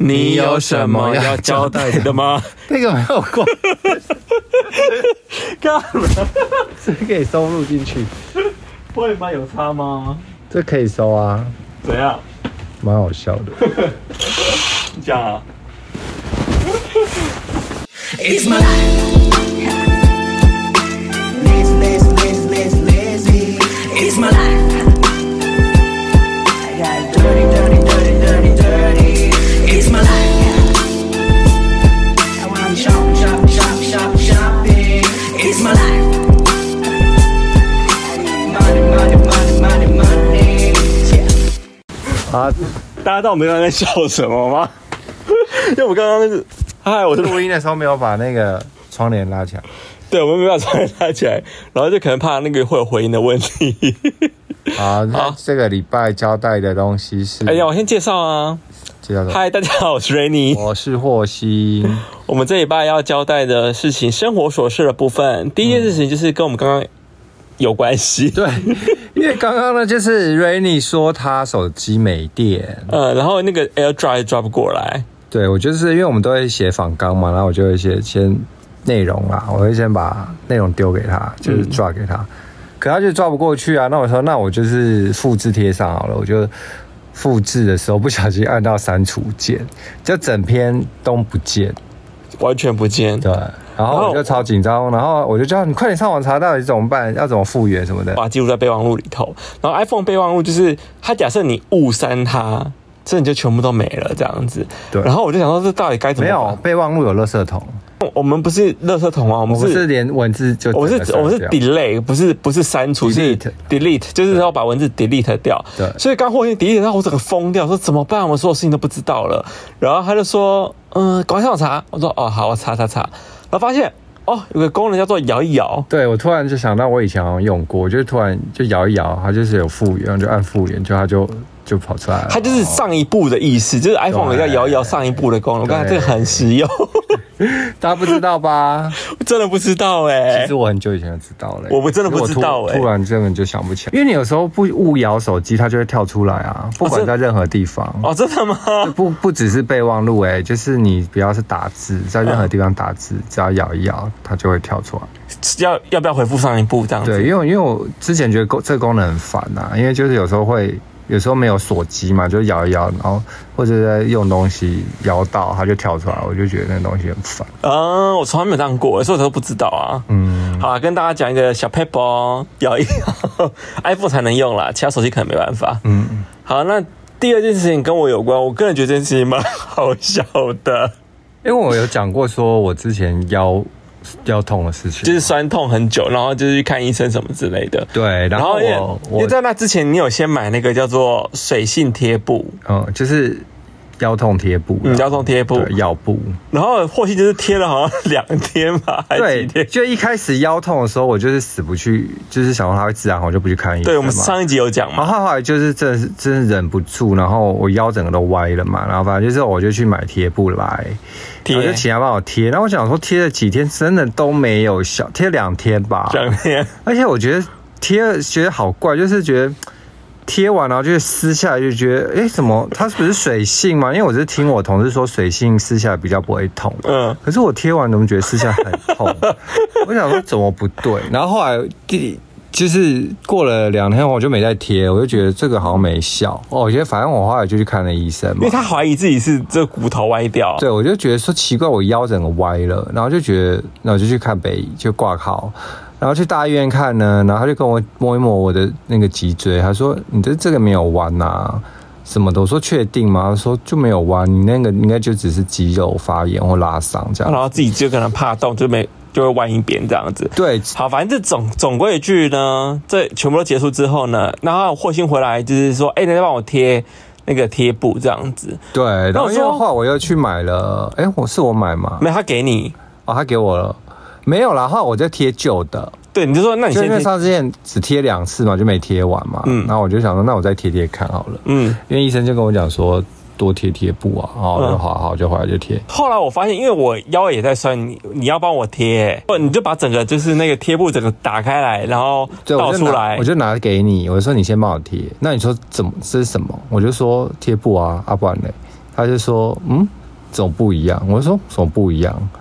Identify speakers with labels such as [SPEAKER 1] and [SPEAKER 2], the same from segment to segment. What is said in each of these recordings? [SPEAKER 1] 你有什么要交代的吗？
[SPEAKER 2] 那个没有过，
[SPEAKER 1] 干嘛？
[SPEAKER 2] 这可以收录进去，
[SPEAKER 1] 会吗？有差吗？
[SPEAKER 2] 这可以收啊，
[SPEAKER 1] 怎样？
[SPEAKER 2] 蛮好笑 的。
[SPEAKER 1] 你讲啊？
[SPEAKER 3] It's my life. Lazy, lazy, lazy, lazy, lazy. It's my life. I got dirty, dirty, dirty, dirty, dirty. It's my life. Now I'm shopping, shopping, shopping, shopping, shopping. It's my life. I need Money, money, money, money, money. Yeah.
[SPEAKER 2] 啊，
[SPEAKER 1] 大家知道我们刚刚在笑什么吗？ 因为我们刚刚那个，嗨，我是
[SPEAKER 2] 录音的时候没有把那个窗帘拉起来，
[SPEAKER 1] 对，我们没有把窗帘拉起来，然后就可能怕那个会有回音的问 题。
[SPEAKER 2] 好，那啊这个礼拜交代的东西是，
[SPEAKER 1] 哎呀，我先介绍啊，
[SPEAKER 2] 介绍什么？
[SPEAKER 1] 嗨，大家好，我是 Rainy。
[SPEAKER 2] 我是霍希，
[SPEAKER 1] 我们这礼拜要交代的事情，生活琐事的部分，第一件事情就是跟我们刚刚有关系。
[SPEAKER 2] 对， 因为刚刚呢，就是 Rainy 说他手机没电，
[SPEAKER 1] 呃，然后那个 AirDrive 抓不过来，
[SPEAKER 2] 对我就是因为我们都会写访纲嘛，然后我就会写先内容啦，我会先把内容丢给他，就是
[SPEAKER 1] 嗯
[SPEAKER 2] 抓给他，可他就抓不过去啊。那我说，那我就是复制贴上好了，我就复制的时候不小心按到删除键，就整篇都不见。
[SPEAKER 1] 完全不见。
[SPEAKER 2] 对，然后我就超紧张，然后我就叫你快点上网查到底怎么办，要怎么复原什么的。
[SPEAKER 1] 把它记录在备忘录里头。然后 iPhone 备忘录就是它，假设你误删它，这你就全部都没了这样子。
[SPEAKER 2] 对
[SPEAKER 1] 然后我就想说，这到底该怎
[SPEAKER 2] 没
[SPEAKER 1] 么
[SPEAKER 2] 有
[SPEAKER 1] 办？
[SPEAKER 2] 备忘录有垃圾桶，
[SPEAKER 1] 我们不是垃圾桶啊，我们
[SPEAKER 2] 我不是
[SPEAKER 1] 是。
[SPEAKER 2] 连文字就
[SPEAKER 1] 我们
[SPEAKER 2] 整
[SPEAKER 1] 是
[SPEAKER 2] 个
[SPEAKER 1] 我们是
[SPEAKER 2] 删掉
[SPEAKER 1] delay，不是不是删除，是
[SPEAKER 2] Delete
[SPEAKER 1] delete，就是要把文字 delete 掉。
[SPEAKER 2] 对
[SPEAKER 1] 所以刚霍先 delete 到我整个疯掉，说怎么办？我所有事情都不知道了。然后他就说，嗯，赶快上网查。我说哦，好，我查查查。然后发现哦，有个功能叫做摇一摇，
[SPEAKER 2] 对，我突然就想到我以前好像用过，我就突然就摇一摇，它就是有复原，就按复原，就它就就跑出来了。
[SPEAKER 1] 它就是上一步的意思，就是 iPhone 要摇一摇上一步的功能。我刚才这个很实用。
[SPEAKER 2] 大家不知道吧？
[SPEAKER 1] 真的不知道哎、
[SPEAKER 2] 其实我很久以前就知道了、
[SPEAKER 1] 我们真的不知道
[SPEAKER 2] 我
[SPEAKER 1] 欸
[SPEAKER 2] 突突然真的就想不起来，因为你有时候不误摇手机，它就会跳出来啊，不管在任何地方。
[SPEAKER 1] 哦，真的吗？
[SPEAKER 2] 不不只是备忘录哎、就是你不要是打字，在任何地方打字，只要摇一摇，它就会跳出来。
[SPEAKER 1] 要要不要回复上一步这样子？
[SPEAKER 2] 对，因为我因为我之前觉得功这个功能很烦呐、因为就是有时候会有时候没有锁机嘛，就摇一摇，然后或者在用东西摇到它就跳出来，我就觉得那东西很烦。
[SPEAKER 1] 嗯，我从来没有这样过，所以我都不知道啊。
[SPEAKER 2] 嗯，
[SPEAKER 1] 好啦，跟大家讲一个小 paper，哦摇一摇 iPhone 才能用啦，其他手机可能没办法。嗯，好，那第二件事情跟我有关，我个人觉得这件事情蛮好笑的，
[SPEAKER 2] 因为我有讲过说我之前腰腰痛的事情，
[SPEAKER 1] 就是酸痛很久，然后就是去看医生什么之类的。
[SPEAKER 2] 对，然后
[SPEAKER 1] 因为
[SPEAKER 2] 我
[SPEAKER 1] 因为
[SPEAKER 2] 我
[SPEAKER 1] 在那之前，你有先买那个叫做水性贴布，
[SPEAKER 2] 嗯就是腰痛贴布，
[SPEAKER 1] 嗯，交通贴布，
[SPEAKER 2] 对药布。
[SPEAKER 1] 然后霍希就是贴了好像两天吧，还是
[SPEAKER 2] 对
[SPEAKER 1] 几天，？
[SPEAKER 2] 就一开始腰痛的时候，我就是死不去，就是想说它会自然好，我就不去看医生嘛。
[SPEAKER 1] 对，我们上一集有讲
[SPEAKER 2] 然
[SPEAKER 1] 嘛，
[SPEAKER 2] 后后来就是真的是真是忍不住，然后我腰整个都歪了嘛，然后反正就是我就去买贴布来，
[SPEAKER 1] 贴
[SPEAKER 2] 然后就请他帮我贴。然后我想说贴了几天真的都没有效，贴两天吧，
[SPEAKER 1] 两天，
[SPEAKER 2] 而且我觉得贴了觉得好怪，就是觉得。贴完然后就是撕下来就觉得，哎，怎么它是不是水性嘛？因为我是听我同事说水性撕下来比较不会痛，
[SPEAKER 1] 嗯，
[SPEAKER 2] 可是我贴完怎么觉得撕下来很痛？我想说怎么不对？然后后来第就是过了两天我就没再贴，我就觉得这个好像没效哦。我觉得反正我后来就去看了医生
[SPEAKER 1] 因
[SPEAKER 2] 嘛
[SPEAKER 1] 为，他怀疑自己是这骨头歪掉，
[SPEAKER 2] 对我就觉得说奇怪，我腰整个歪了，然后就觉得，那我就去看北医就挂靠。然后去大医院看呢，然后他就跟我摸一摸我的那个脊椎，他说：“你的这个没有弯呐、什么的。”我说：“确定吗？”他说：“就没有弯，你那个应该就只是肌肉发炎或拉伤这样。”
[SPEAKER 1] 然后自己就可能怕动，就没就会弯一边这样子。
[SPEAKER 2] 对，
[SPEAKER 1] 好，反正这总总归一句呢，这全部都结束之后呢，然后霍星回来就是说，哎、你再帮我贴那个贴布这样子，
[SPEAKER 2] 对，然
[SPEAKER 1] 那我
[SPEAKER 2] 后因为
[SPEAKER 1] 说
[SPEAKER 2] 后来我又去买了，哎，我是我买吗？
[SPEAKER 1] 没有他给你，
[SPEAKER 2] 哦，他给我了，没有啦，后来我就贴旧的，
[SPEAKER 1] 对，你就说那你
[SPEAKER 2] 就因
[SPEAKER 1] 先贴，
[SPEAKER 2] 为上次之前只贴两次嘛，就没贴完嘛，
[SPEAKER 1] 嗯
[SPEAKER 2] 嗯，然后我就想说，那我再贴贴看好了，
[SPEAKER 1] 嗯。
[SPEAKER 2] 因为医生就跟我讲说多贴贴布啊，哦，
[SPEAKER 1] 嗯
[SPEAKER 2] 就好好就回来就贴，
[SPEAKER 1] 后来我发现，因为我腰也在酸，你你要帮我贴，不你就把整个就是那个贴布整个打开来，然后
[SPEAKER 2] 对，
[SPEAKER 1] 倒
[SPEAKER 2] 我就
[SPEAKER 1] 出
[SPEAKER 2] 拿
[SPEAKER 1] 来
[SPEAKER 2] 我，就拿给你，我就说你先帮我贴，那你说怎么这是什么？我就说贴布啊，啊不然嘞，他就说嗯，怎么不一样？我就说怎么不一样？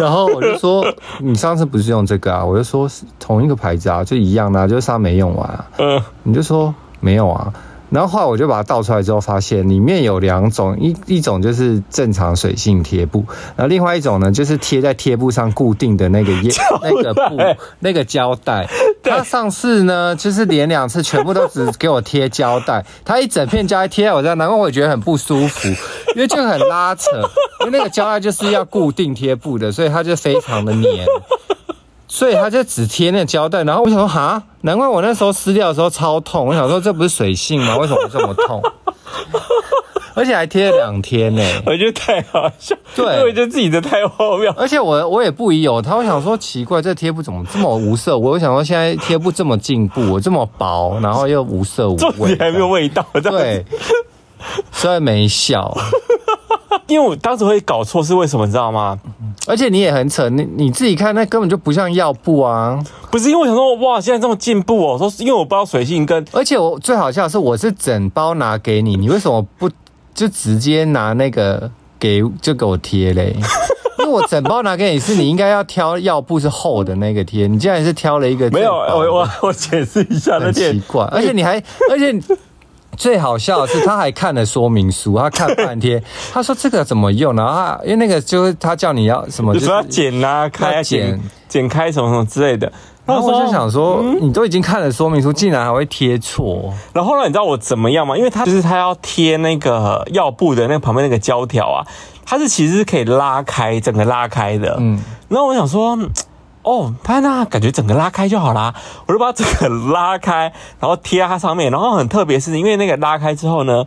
[SPEAKER 2] 然后我就说你上次不是用这个啊？我就说是同一个牌子啊，就一样的、啊，就是他没用完啊。
[SPEAKER 1] 嗯，
[SPEAKER 2] 你就说没有啊。然后后来我就把它倒出来之后，发现里面有两种，一一种就是正常水性贴布，然后另外一种呢就是贴在贴布上固定的那个液、那个布、那个胶带。他上次呢，就是连两次全部都只给我贴胶带，他一整片胶带贴在我这，难怪我觉得很不舒服，因为就很拉扯，因为那个胶带就是要固定贴布的，所以它就非常的黏。所以他就只贴那个胶带，然后我想说哈，难怪我那时候撕掉的时候超痛，我想说这不是水性吗？为什么这么痛？ 而且还贴了两天呢、
[SPEAKER 1] 我觉得太好笑，
[SPEAKER 2] 对
[SPEAKER 1] 因为我觉得自己的太荒谬。
[SPEAKER 2] 而且我我也不疑有他，我想说奇怪，这贴布怎么这么无色？我我想说现在贴布这么进步，我这么薄，然后又无色无
[SPEAKER 1] 重
[SPEAKER 2] 味，
[SPEAKER 1] 点还没有味道，这样子
[SPEAKER 2] 对，虽然没笑，
[SPEAKER 1] 因为我当时会搞错是为什么，你知道吗？
[SPEAKER 2] 而且你也很扯，你你自己看那根本就不像药布啊！
[SPEAKER 1] 不是因为我想说，哇，现在这么进步哦，我说是因为我不知道水性跟
[SPEAKER 2] 而且我最好笑的是，我是整包拿给你，你为什么不就直接拿那个给就给我贴嘞？因为我整包拿给你是你应该要挑药布是厚的那个贴，你竟然是挑了一个
[SPEAKER 1] 没有，
[SPEAKER 2] 最薄的
[SPEAKER 1] 我我我解释一下那
[SPEAKER 2] 哦很奇
[SPEAKER 1] 点。
[SPEAKER 2] 怪，而且你还，而且最好笑的是，他还看了说明书，他看半天，他说这个怎么用，然后他因为那个就是他叫你要什么，
[SPEAKER 1] 就
[SPEAKER 2] 就是
[SPEAKER 1] 说要剪啊、开啊、
[SPEAKER 2] 要
[SPEAKER 1] 剪
[SPEAKER 2] 剪
[SPEAKER 1] 剪开什么什么之类的。
[SPEAKER 2] 然后
[SPEAKER 1] 说
[SPEAKER 2] 我就想说，你都已经看了说明书，竟然还会贴错，
[SPEAKER 1] 然后后来你知道我怎么样吗？因为他就是他要贴那个药布的那个旁边那个胶条啊，它是其实是可以拉开，整个拉开的。嗯，然后我想说。嗯哦，他那感觉整个拉开就好啦，我就把整个拉开，然后贴在它上面。然后很特别是，因为那个拉开之后呢，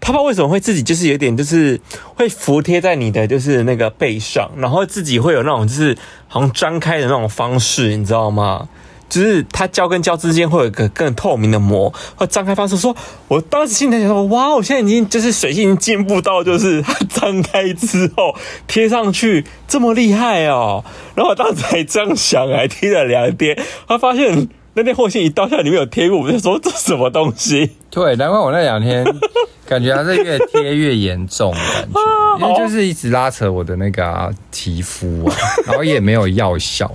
[SPEAKER 1] 他不知道为什么会自己就是有点就是会服贴在你的就是那个背上，然后自己会有那种就是好像张开的那种方式，你知道吗？就是它胶跟胶之间会有一个更透明的膜，会张开方式说。我当时心里在想说，哇，我现在已经就是水性已经进步到，就是它张开之后贴上去这么厉害哦。然后我当时还这样想，还贴了两天，他发现那天货信一到下里面有贴过，我就说这什么东 西。
[SPEAKER 2] 对，难怪我那两天 感觉还是越贴越严重的感
[SPEAKER 1] 啊
[SPEAKER 2] 觉，因为就是一直拉扯我的那个啊皮 肤啊，然后也没有药效，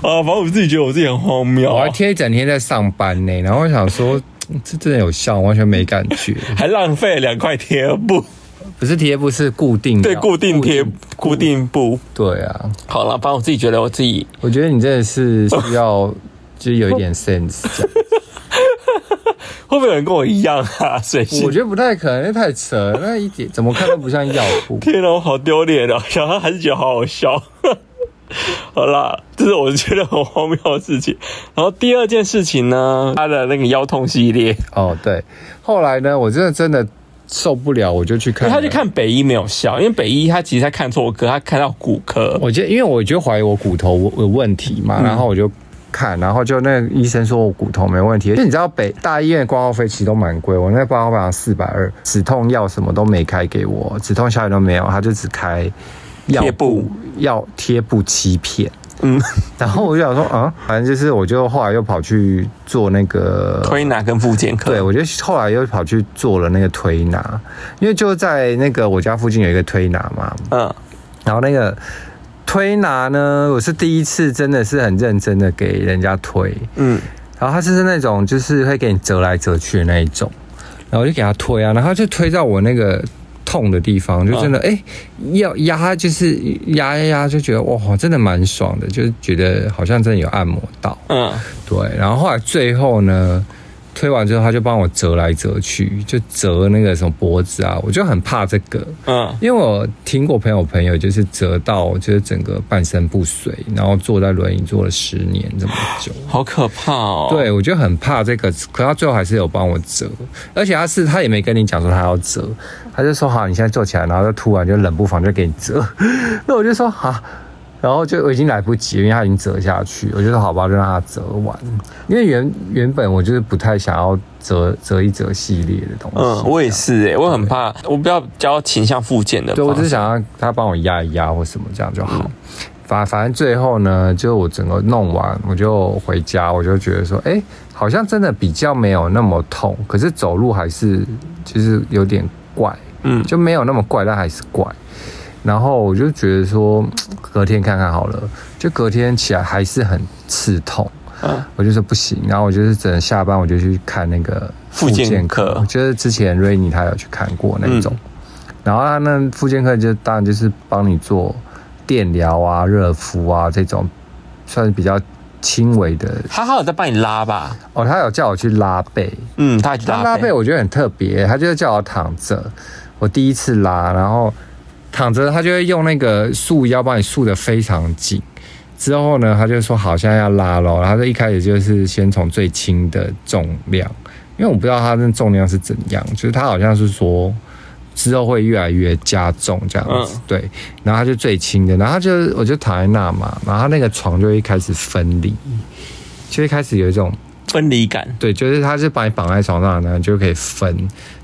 [SPEAKER 1] 啊，反正我自己觉得我自己很荒谬
[SPEAKER 2] 我
[SPEAKER 1] 啊
[SPEAKER 2] 还，贴一整天在上班呢，然后我想说。嗯这真的有效，完全没感 觉。
[SPEAKER 1] 还浪费了两块贴布，
[SPEAKER 2] 不是贴布，是固定的，
[SPEAKER 1] 对，固定贴固定布。
[SPEAKER 2] 对啊，
[SPEAKER 1] 好了，反正我自己觉得我自己
[SPEAKER 2] 我觉得你真的是需要，就是有一点 sense 这样。
[SPEAKER 1] 会不会有人跟我一样啊？水性。
[SPEAKER 2] 我觉得不太可能，因为太扯了，那一点怎么看都不像药铺
[SPEAKER 1] 天哪，我好丢脸哦！ 然后还是觉得好好笑。 好啦，这是我觉得很荒谬的事情。然后第二件事情呢，他的那个腰痛系列，
[SPEAKER 2] 哦，对，后来呢，我真的真的受不了，我就去看，
[SPEAKER 1] 哎他去。看北医没有效，因为北医他其实他看错科，他看到骨科。
[SPEAKER 2] 我觉得，因为我就怀疑我骨头有问题
[SPEAKER 1] 嗯
[SPEAKER 2] 嘛，然后我就看，然后就那个医生说我骨头没问题。就你知道北大医院的挂号费其实都蛮贵，我那挂号费好像四百二，止痛药什么都没开给我，止痛效也都没有，他就只开药
[SPEAKER 1] 贴布
[SPEAKER 2] 药贴布七片。
[SPEAKER 1] 嗯，
[SPEAKER 2] 然后我就想说，啊，反正就是，我就后来又跑去做那个
[SPEAKER 1] 推拿跟复健科。
[SPEAKER 2] 对，我就后来又跑去做了那个推拿，因为就在那个我家附近有一个推拿嘛，
[SPEAKER 1] 嗯，
[SPEAKER 2] 然后那个推拿呢，我是第一次真的是很认真的给人家推，
[SPEAKER 1] 嗯
[SPEAKER 2] 然后他是那种就是会给你折来折去的那一种，然后我就给他推啊，然后他就推到我那个痛的地方，就真的哎、要压就是压压压，就觉得哇，真的蛮爽的，就是觉得好像真的有按摩到。
[SPEAKER 1] 嗯，
[SPEAKER 2] 对，然后后来最后呢，推完之后他就帮我折来折去，就折那个什么脖子啊，我就很怕这个，
[SPEAKER 1] 嗯，
[SPEAKER 2] 因为我听过朋友朋友就是折到就是整个半身不遂，然后坐在轮椅坐了十年这么久。
[SPEAKER 1] 好可怕哦。，
[SPEAKER 2] 对，我就很怕这个，可他最后还是有帮我折，而且他是他也没跟你讲说他要折，他就说好，你现在坐起来，然后就突然就冷不防就给你折， 那我就说好。然后就我已经来不及了，因为他已经折下去，我就说好吧，就让他折完。因为原原本我就是不太想要折折一折系列的东西，
[SPEAKER 1] 嗯，我也是诶、我很怕，我比较比较倾向复健的
[SPEAKER 2] 对，我
[SPEAKER 1] 方
[SPEAKER 2] 只是
[SPEAKER 1] 式。
[SPEAKER 2] 想要他帮我压一压或什么，这样就好。反反正最后呢，就我整个弄完，我就回家，我就觉得说，哎、好像真的比较没有那么痛，可是走路还是就是有点怪，
[SPEAKER 1] 嗯
[SPEAKER 2] 就没有那么怪，但还是怪。然后我就觉得说，隔天看看好了，就隔天起来还是很刺痛。
[SPEAKER 1] 嗯
[SPEAKER 2] 我就说不行，然后我就是整下班我就去看那个
[SPEAKER 1] 复健
[SPEAKER 2] 复
[SPEAKER 1] 科
[SPEAKER 2] 我觉得之前瑞妮她有去看过那种，
[SPEAKER 1] 嗯
[SPEAKER 2] 然后他那复健科就当然就是帮你做电疗啊、热敷啊这种，算是比较轻微的。
[SPEAKER 1] 他还有在帮你拉吧？
[SPEAKER 2] 哦，他有叫我去拉背，
[SPEAKER 1] 嗯，他还去
[SPEAKER 2] 他
[SPEAKER 1] 拉
[SPEAKER 2] 拉
[SPEAKER 1] 背
[SPEAKER 2] 背我觉得很特别，他就叫我躺着，我第一次拉，然后躺着他就会用那个束腰帮你束得非常紧。之后呢，他就说好，现在要拉咯，然后他就一开始就是先从最轻的重量，因为我不知道他那重量是怎样，就是他好像是说之后会越来越加重这样子，
[SPEAKER 1] 嗯
[SPEAKER 2] 对。然后他就最轻的，然后他就我就躺在那嘛，然后他那个床就会开始分离，就会开始有一种
[SPEAKER 1] 分离感，
[SPEAKER 2] 对，就是他是把你绑在床上，然后你就可以分，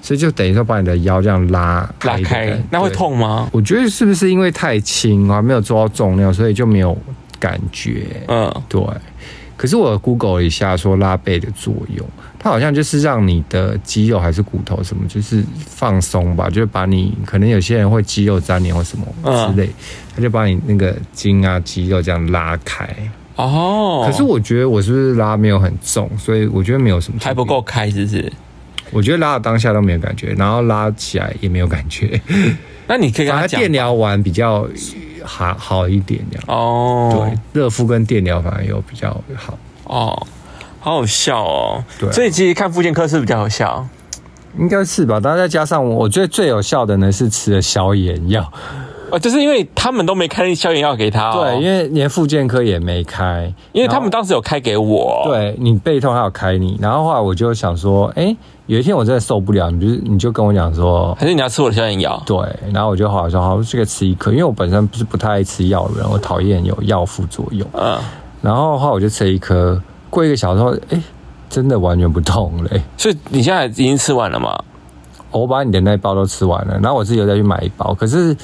[SPEAKER 2] 所以就等于说把你的腰这样拉
[SPEAKER 1] 拉开
[SPEAKER 2] 开，
[SPEAKER 1] 那会。
[SPEAKER 2] 对
[SPEAKER 1] 痛吗？
[SPEAKER 2] 我觉得是不是因为太轻，我还没有做到重量，所以就没有感觉。
[SPEAKER 1] 嗯，
[SPEAKER 2] 对，可是我 Google 了一下说拉背的作用，它好像就是让你的肌肉还是骨头什么，就是放松吧，就是把你可能有些人会肌肉粘连或什么
[SPEAKER 1] 嗯
[SPEAKER 2] 之类，他就把你那个筋啊肌肉这样拉开。
[SPEAKER 1] 哦，
[SPEAKER 2] 可是我觉得我是不是拉没有很重，所以我觉得没有什么特别
[SPEAKER 1] 还不够开，是不是？
[SPEAKER 2] 我觉得拉的当下都没有感觉，然后拉起来也没有感 觉，
[SPEAKER 1] 那你可以跟
[SPEAKER 2] 反
[SPEAKER 1] 他
[SPEAKER 2] 而
[SPEAKER 1] 讲
[SPEAKER 2] 电疗完比较好好一点这样。
[SPEAKER 1] 哦
[SPEAKER 2] 对，，热敷跟电疗反而有比较好，
[SPEAKER 1] 哦，好好笑哦。
[SPEAKER 2] 对啊
[SPEAKER 1] 所以其实看复健科是比较好笑。
[SPEAKER 2] 应该是吧？当然再加上我，我觉得最有效的呢是吃了消炎药，
[SPEAKER 1] 哦，就是因为他们都没开消炎药给他、哦，
[SPEAKER 2] 对，因
[SPEAKER 1] 为
[SPEAKER 2] 为连复健科也没开，
[SPEAKER 1] 因为他们
[SPEAKER 2] 然后
[SPEAKER 1] 当时有开给我，，
[SPEAKER 2] 对你背痛还有开你，然后后来我就想说，哎、有一天我真的受不了，你就是你就跟我讲说，
[SPEAKER 1] 还是你要吃我的消炎药？
[SPEAKER 2] 对，然后我就好像好，这个吃一颗，因为我本身不是不太爱吃药的人，我讨厌有药副作用。
[SPEAKER 1] 嗯，
[SPEAKER 2] 然后后来我就吃了一颗，过一个小时后，哎，真的完全不痛嘞、
[SPEAKER 1] 所以你现在已经吃完了吗？
[SPEAKER 2] 哦我把你的那一包都吃完了，然后我自己又再去买一包，可是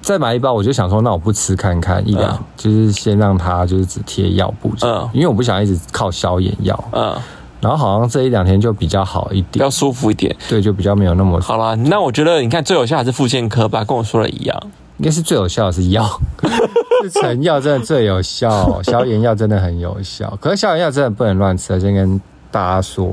[SPEAKER 2] 再买一包，我就想说，那我不吃看看，一两、
[SPEAKER 1] 嗯
[SPEAKER 2] 就是先让它就是只贴药布，
[SPEAKER 1] 嗯
[SPEAKER 2] 嗯，因为我不想一直靠消炎药。
[SPEAKER 1] 嗯，
[SPEAKER 2] 然后好像这一两天就比较好一
[SPEAKER 1] 比较
[SPEAKER 2] 点，
[SPEAKER 1] 舒服一点。
[SPEAKER 2] 对，就比较没有那么，
[SPEAKER 1] 好啦，那我觉得你看最有效还是复健科吧，跟我说的一样。
[SPEAKER 2] 应该是最有效的是 药，是成药真的最有效，消炎药真的很有效，可是消炎药真的不能乱吃，先跟。大家说，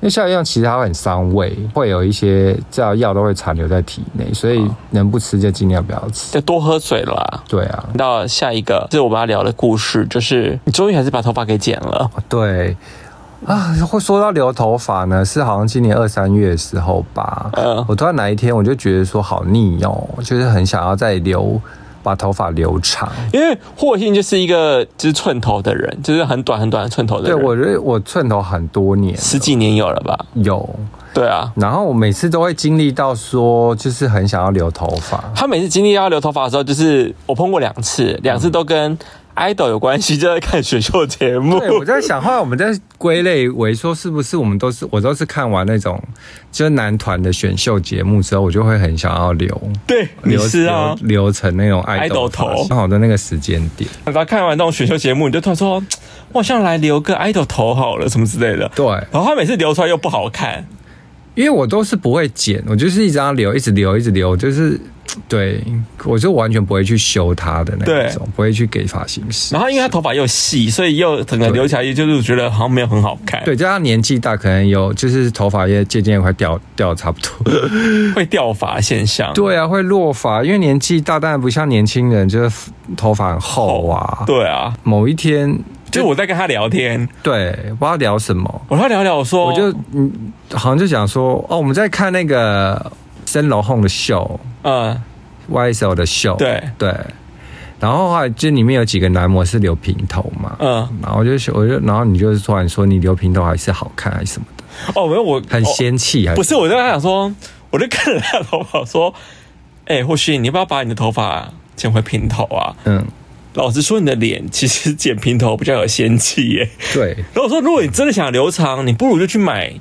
[SPEAKER 2] 因为消炎药其实它会很伤胃，会有一些这样药都会残留在体内，所以能不吃就尽量不要吃。
[SPEAKER 1] 要多喝水啦。
[SPEAKER 2] 对啊，
[SPEAKER 1] 到下一个是我们要聊的故事，就是你终于还是把头发给剪了。
[SPEAKER 2] 对啊，会说到留头发呢，是好像今年二三月的时候吧。
[SPEAKER 1] 嗯
[SPEAKER 2] 我突然哪一天我就觉得说好腻哦，就是很想要再留，把头发留长。
[SPEAKER 1] 因为霍信就是一个就是寸头的人，就是很短很短的寸头的
[SPEAKER 2] 对
[SPEAKER 1] 人。
[SPEAKER 2] 我觉得我寸头很多年
[SPEAKER 1] 十几年有了吧？
[SPEAKER 2] 有，
[SPEAKER 1] 对啊，
[SPEAKER 2] 然后我每次都会经历到说，就是很想要留头发。
[SPEAKER 1] 他每次经历要留头发的时候，就是我碰过两次，两次都跟 idol 有关系，就在看选秀节目。
[SPEAKER 2] 对，我在想，后来我们在归类为说，是不是我们都是我都是看完那种就是男团的选秀节目之后，我就会很想要留，
[SPEAKER 1] 对，你
[SPEAKER 2] 留
[SPEAKER 1] 是啊。
[SPEAKER 2] 留留成那种爱
[SPEAKER 1] idol
[SPEAKER 2] 豆
[SPEAKER 1] 头
[SPEAKER 2] 刚好在那个时间点。
[SPEAKER 1] 然后看完那种选秀节目，你就突然说，我好像来留个 idol 头好了，什么之类的。
[SPEAKER 2] 对，
[SPEAKER 1] 然后他每次留出来又不好看，
[SPEAKER 2] 因为我都是不会剪，我就是一直要留，一直留，一直留，就是对，我就完全不会去修它的那一种，不会去给发型师
[SPEAKER 1] 然。后因为他头发又细，所以又整个留起来就是觉得好像没有很好看，
[SPEAKER 2] 对，加上年纪大，可能有就是头发也渐渐快掉掉得差不多。
[SPEAKER 1] 会掉发现象。
[SPEAKER 2] 对啊，会落发，因为年纪大，当然不像年轻人，就是头发很厚啊。
[SPEAKER 1] 对啊，
[SPEAKER 2] 某一天，
[SPEAKER 1] 就是我在跟他聊天，
[SPEAKER 2] 对，不知道聊什么，
[SPEAKER 1] 我跟他聊聊，我说
[SPEAKER 2] 我就嗯，好像就想说，哦，我们在看那个森楼红的秀
[SPEAKER 1] 嗯，
[SPEAKER 2] ，YSL 的秀，
[SPEAKER 1] 对
[SPEAKER 2] 对。然后后来就里面有几个男模是留平头嘛，
[SPEAKER 1] 嗯，
[SPEAKER 2] 然后我就我就然后你就是突然说你留平头还是好看还是什么的，
[SPEAKER 1] 哦，没有我
[SPEAKER 2] 很
[SPEAKER 1] 哦
[SPEAKER 2] 仙气，还
[SPEAKER 1] 不是，我就跟他讲说，我就看着他的头发说， 哎、霍旭，你要不要把你的头发剪回平头啊？
[SPEAKER 2] 嗯，
[SPEAKER 1] 老实说，你的脸其实剪平头比较有仙气耶。
[SPEAKER 2] 对，
[SPEAKER 1] 然后我说，如果你真的想留长，你不如就去买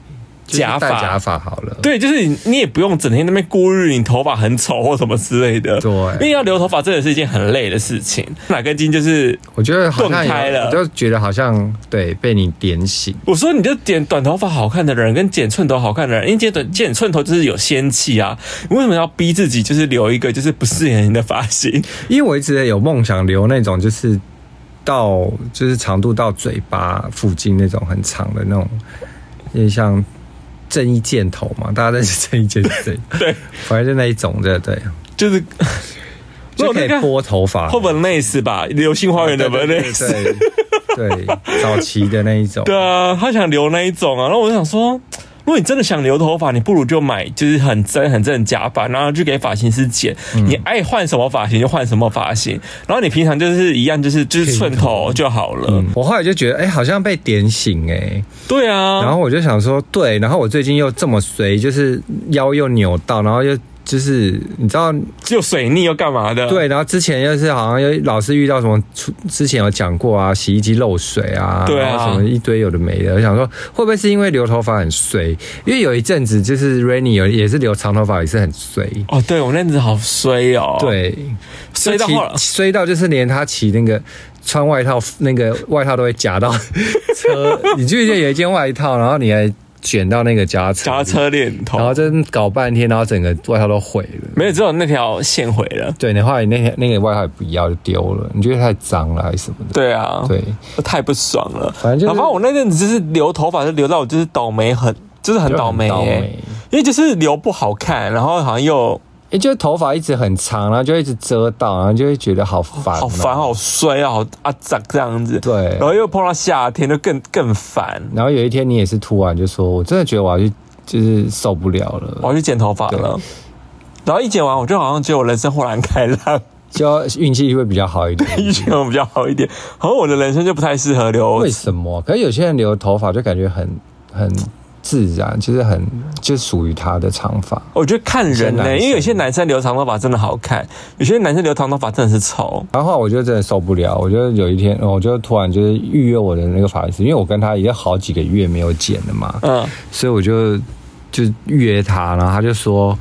[SPEAKER 1] 假
[SPEAKER 2] 戴假
[SPEAKER 1] 发。
[SPEAKER 2] 发好了。
[SPEAKER 1] 对，就是你，你也不用整天在那边顾虑你头发很丑或什么之类的。
[SPEAKER 2] 对
[SPEAKER 1] 因为要留头发真的是一件很累的事情。哪根筋就是，
[SPEAKER 2] 我觉得好像
[SPEAKER 1] 顿开
[SPEAKER 2] 有
[SPEAKER 1] 了
[SPEAKER 2] 我就觉得好像对被你点醒，
[SPEAKER 1] 我说你就剪短头发好看的人跟剪寸头好看的人，因为剪短剪寸头就是有仙气啊。你为什么要逼自己就是留一个就是不适应你的发型？
[SPEAKER 2] 因为我一直有梦想留那种就是到就是长度到嘴巴附近那种很长的那种，有点像正义箭头嘛，大家认识正义箭头对，
[SPEAKER 1] 对，
[SPEAKER 2] 反正就那一种的对，
[SPEAKER 1] 就是
[SPEAKER 2] 就可以
[SPEAKER 1] 那个
[SPEAKER 2] 拨头发，
[SPEAKER 1] 后本类似吧，流星花园的本类似。
[SPEAKER 2] 对对对对早期的那一种，
[SPEAKER 1] 对啊，他想留那一种啊，然后我就想说，如果你真的想留头发，你不如就买就是很真很真的假发，然后就给发型师剪，
[SPEAKER 2] 嗯
[SPEAKER 1] 你爱换什么发型就换什么发型，然后你平常就是一样就是就是寸头就好了。
[SPEAKER 2] 嗯，我后来就觉得，哎、好像被点醒哎、
[SPEAKER 1] 对啊，
[SPEAKER 2] 然后我就想说，对，然后我最近又这么随，就是腰又扭到，然后又就是你知道，
[SPEAKER 1] 只有水逆又干嘛的？
[SPEAKER 2] 对，然啊后之前又是好像又老是遇到什么出，之前有讲过啊，洗衣机漏水啊，
[SPEAKER 1] 对啊
[SPEAKER 2] 然后什么一堆有的没的，我想说会不会是因为留头发很随？因为有一阵子就是 Rainy 有也是留长头发，也是很随。
[SPEAKER 1] 哦，对我那阵子好衰哦，，
[SPEAKER 2] 对，
[SPEAKER 1] 衰到
[SPEAKER 2] 就骑
[SPEAKER 1] 后来
[SPEAKER 2] 衰到就是连他骑那个穿外套，那个外套都会夹到 车。你记不记得有一件外套，然后你还卷到那个夹车？
[SPEAKER 1] 夹车链
[SPEAKER 2] 然后
[SPEAKER 1] 头，
[SPEAKER 2] 真搞半天，然后整个外套都毁了。
[SPEAKER 1] 没有只有那条线毁了。
[SPEAKER 2] 对，你后来那天那个外套也不要就丢了，你觉得太脏了还是什么的？
[SPEAKER 1] 对啊，
[SPEAKER 2] 对，
[SPEAKER 1] 我太不爽了。
[SPEAKER 2] 反正就是
[SPEAKER 1] 然后我那阵子就是留头发，就留到我就是倒霉很，就是很
[SPEAKER 2] 就很
[SPEAKER 1] 倒霉、欸，
[SPEAKER 2] 倒霉
[SPEAKER 1] 因为就是留不好看，然后好像又
[SPEAKER 2] 也就头发一直很长，然后就一直遮到，然后就会觉得好烦、哦
[SPEAKER 1] 好烦、。好衰啊、好啊脏这样子。
[SPEAKER 2] 对
[SPEAKER 1] 然后又碰到夏天，就更更烦。
[SPEAKER 2] 然后有一天你也是突然就说，我真的觉得我要去，就是受不了了
[SPEAKER 1] 我，要去剪头发了，然后一剪完，我就好像觉得我人生豁然开朗，
[SPEAKER 2] 就运气会比较好一点。
[SPEAKER 1] 一剪完比较好一点。然后我的人生就不太适合留
[SPEAKER 2] 为，什么？可是有些人留头发就感觉很很自然，就是很就属于他的长发。
[SPEAKER 1] 我觉得看人呢、
[SPEAKER 2] 有些男生
[SPEAKER 1] 因为有些男生留长头发真的好看，有些男生留长头发真的是丑。
[SPEAKER 2] 然后我就真的受不了，我就有一天，我就突然就是预约我的那个发型师，因为我跟他已经好几个月没有剪了嘛，
[SPEAKER 1] 嗯，
[SPEAKER 2] 所以我就就预约他，然后他就说。